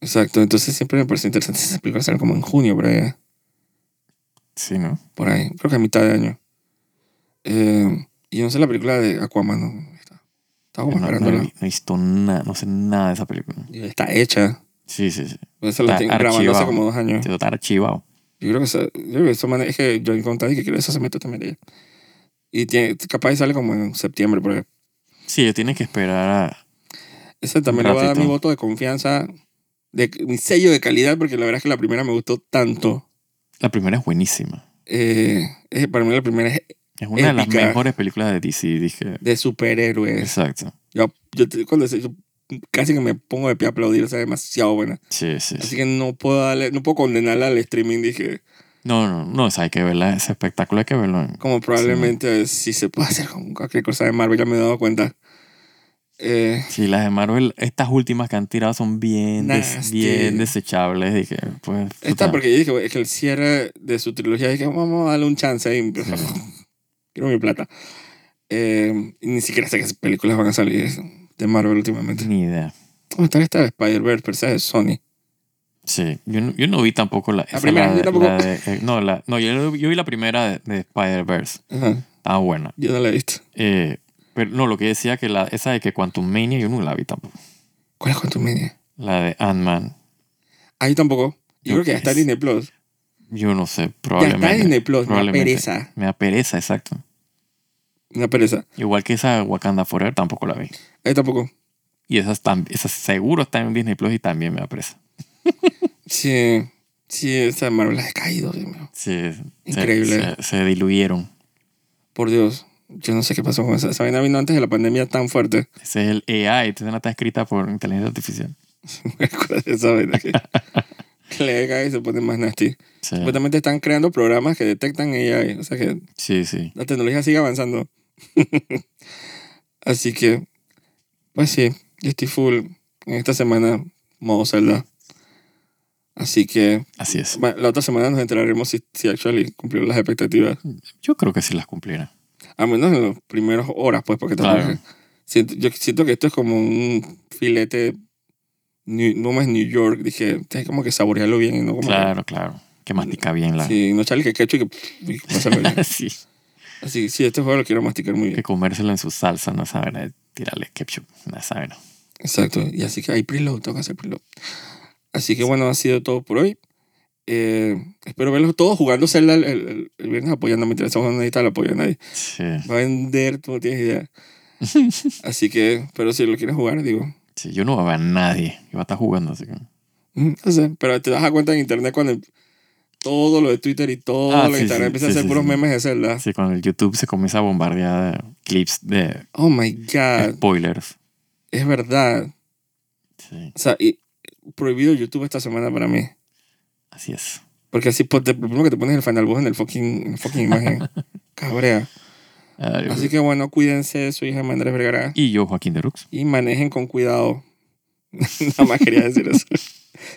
S1: Exacto, entonces siempre me pareció interesante esas películas salen como en junio por ahí,
S2: Sí, ¿no?
S1: por ahí. creo que a mitad de año. Eh, y yo no sé la película de Aquaman, no. Está- Estaba
S2: No,
S1: como
S2: no,
S1: esperándola.
S2: he vi- no he visto nada, no sé nada de esa película.
S1: Digo, Está hecha.
S2: Sí, sí, sí.
S1: Esa la
S2: Está
S1: tengo grabando hace
S2: archivado.
S1: como dos años.
S2: Te está archivado.
S1: Yo creo que esa, yo creo que esa man- es que yo encontré y que creo que esa se metió también ella. Y tiene, capaz sale como en septiembre por ahí.
S2: Sí, yo tiene que esperar a...
S1: Esa también le voy a dar mi
S2: Ratito.
S1: voto de confianza, de, mi sello de calidad, porque la verdad es que la primera me gustó tanto.
S2: La primera es buenísima.
S1: Eh, eh, para mí la primera es
S2: Es una de las
S1: Épica.
S2: mejores películas de DC, dije.
S1: de superhéroes.
S2: Exacto.
S1: Yo, yo te- cuando se- yo casi que me pongo de pie a aplaudir, o sea, demasiado buena.
S2: Sí, sí, sí.
S1: Así que no puedo darle, no puedo condenarla al streaming, dije,
S2: No, no, no, o sea, hay que verla, ese espectáculo hay que verlo. en-
S1: como probablemente si se puede hacer con cualquier cosa de Marvel, ya me he dado cuenta. Eh,
S2: Sí, las de Marvel, estas últimas que han tirado son bien, des-
S1: Nasty.
S2: bien desechables. Dije, pues.
S1: esta
S2: puta,
S1: porque yo dije, "Güey, es que el cierre de su trilogía, dije, vamos a darle un chance ahí, pero quiero mi plata. Eh, y ni siquiera sé qué películas van a salir de Marvel últimamente.
S2: Ni idea.
S1: ¿Cómo está esta de Spider-Verse? Pero esa es de Sony.
S2: Sí, yo no, yo no vi tampoco la. esa,
S1: primera,
S2: la
S1: yo
S2: de-
S1: tampoco.
S2: la de- eh, no, la, no yo, yo vi la primera de, de Spider-Verse.
S1: Ajá,
S2: Estaba buena.
S1: yo no la he visto.
S2: Eh, pero no, lo que decía que la, esa de que Quantum Mania yo no la vi tampoco.
S1: ¿Cuál es Quantum Mania?
S2: La de Ant-Man,
S1: Ah, yo tampoco. Yo
S2: Yo
S1: creo que
S2: qué
S1: ya está en
S2: sé.
S1: Disney Plus.
S2: yo no
S1: Ya está
S2: sé,
S1: en
S2: probablemente.
S1: Disney Plus. Una
S2: probablemente.
S1: pereza.
S2: Me da pereza, exacto.
S1: Una pereza.
S2: Igual que esa de Wakanda Forever tampoco la vi.
S1: Yo tampoco.
S2: Y esa, tam- esa seguro está en Disney Plus y también me da pereza.
S1: Sí. Sí, esa Marvel ha caído, Dios mío.
S2: Sí, se-
S1: Increíble.
S2: Se, se diluyeron.
S1: Por Dios. Yo no sé qué pasó con esa. Esa vaina vino antes de la pandemia tan fuerte.
S2: Ese es el AI, esta escena está escrita por inteligencia artificial.
S1: Me acuerdo de esa vaina que, que le cae y se pone más nasty.
S2: Sí,
S1: Supuestamente están creando programas que detectan AI. O sea que
S2: sí, sí.
S1: la tecnología sigue avanzando. Así que, pues sí, yo estoy full en esta semana modo Zelda. Así que
S2: así es.
S1: bueno, la otra semana nos enteraremos si, si actually cumplió las expectativas.
S2: Yo creo que sí las cumplieron.
S1: A menos en las primeras horas, pues, porque tampoco
S2: Claro.
S1: es que- siento, yo siento que esto es como un filete, New- no más New York. Dije, tienes como que saborearlo bien y no como. que-
S2: Claro, claro. Que mastica bien la...
S1: Sí, no echarle que quecho y que. y que pasarlo bien.
S2: sí.
S1: Así que sí, este juego lo quiero masticar muy bien.
S2: Que comérselo en su salsa, no saben, eh, tirarle ketchup, no saben.
S1: Exacto, y así que hay preload, tengo que hacer preload. Así que bueno, ha sido todo por hoy. Eh, espero verlos todos jugando Zelda el, el, el viernes apoyándome. mientras estamos no necesita el apoyo de nadie.
S2: Sí,
S1: Va a vender, tú no tienes idea. Así que, pero si lo quieres jugar, digo.
S2: sí, yo no voy a ver a nadie. Yo voy a estar jugando, así que...
S1: mm, No sé, pero te das a cuenta en internet cuando todo lo de Twitter y todo
S2: Ah,
S1: lo de
S2: sí,
S1: Instagram
S2: sí,
S1: empieza
S2: sí,
S1: a hacer
S2: sí,
S1: puros
S2: sí.
S1: memes de Zelda.
S2: Sí, cuando el YouTube se comienza a bombardear de clips de
S1: Oh my
S2: Eh,
S1: God,
S2: spoilers.
S1: es verdad.
S2: Sí,
S1: O sea, y prohibido YouTube esta semana para mí.
S2: así es.
S1: Porque así, pues, te- lo primero que te pones es el final boss en el fucking, en el fucking imagen. Cabrea.
S2: Ay,
S1: Así que bueno, cuídense, su hija Andrés Vergara.
S2: y yo, Joaquín Derux.
S1: Y manejen con cuidado. Nada más quería decir eso.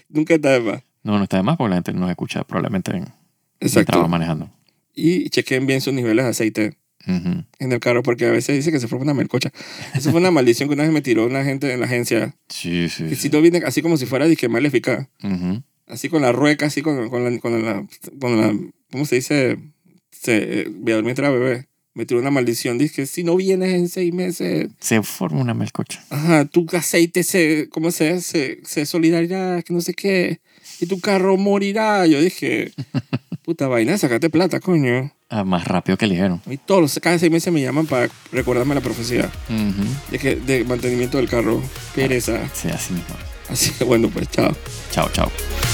S1: Nunca está de más.
S2: No, no está de más porque la gente nos escucha probablemente en el trabajo
S1: Exacto.
S2: manejando.
S1: Y chequen bien sus niveles de aceite
S2: Ujú.
S1: en el carro, porque a veces dice que se forma una melcocha. Eso fue una maldición que una vez me tiró una gente en la agencia.
S2: Sí, sí.
S1: Que
S2: sí.
S1: si lo viene así como si fuera disque maléfica.
S2: Ujú.
S1: Así con la rueca, así con, con, la, con, la, con la. ¿Cómo se dice? Se, eh, mientras era bebé. Me tiró una maldición. Dice que si no vienes en seis meses,
S2: Se forma una melcocha.
S1: Ajá, tu aceite se, ¿cómo se, se, se solidaridad, que no sé qué, y tu carro morirá. Yo dije, puta vaina, sacate plata, coño.
S2: Ah, más rápido que ligero.
S1: Y todos, los- cada seis meses me llaman para recordarme la profecía
S2: Ujú.
S1: de, que, de mantenimiento del carro. Pereza.
S2: Sí, así mismo.
S1: Así que ah, bueno, pues chao.
S2: Chao, chao.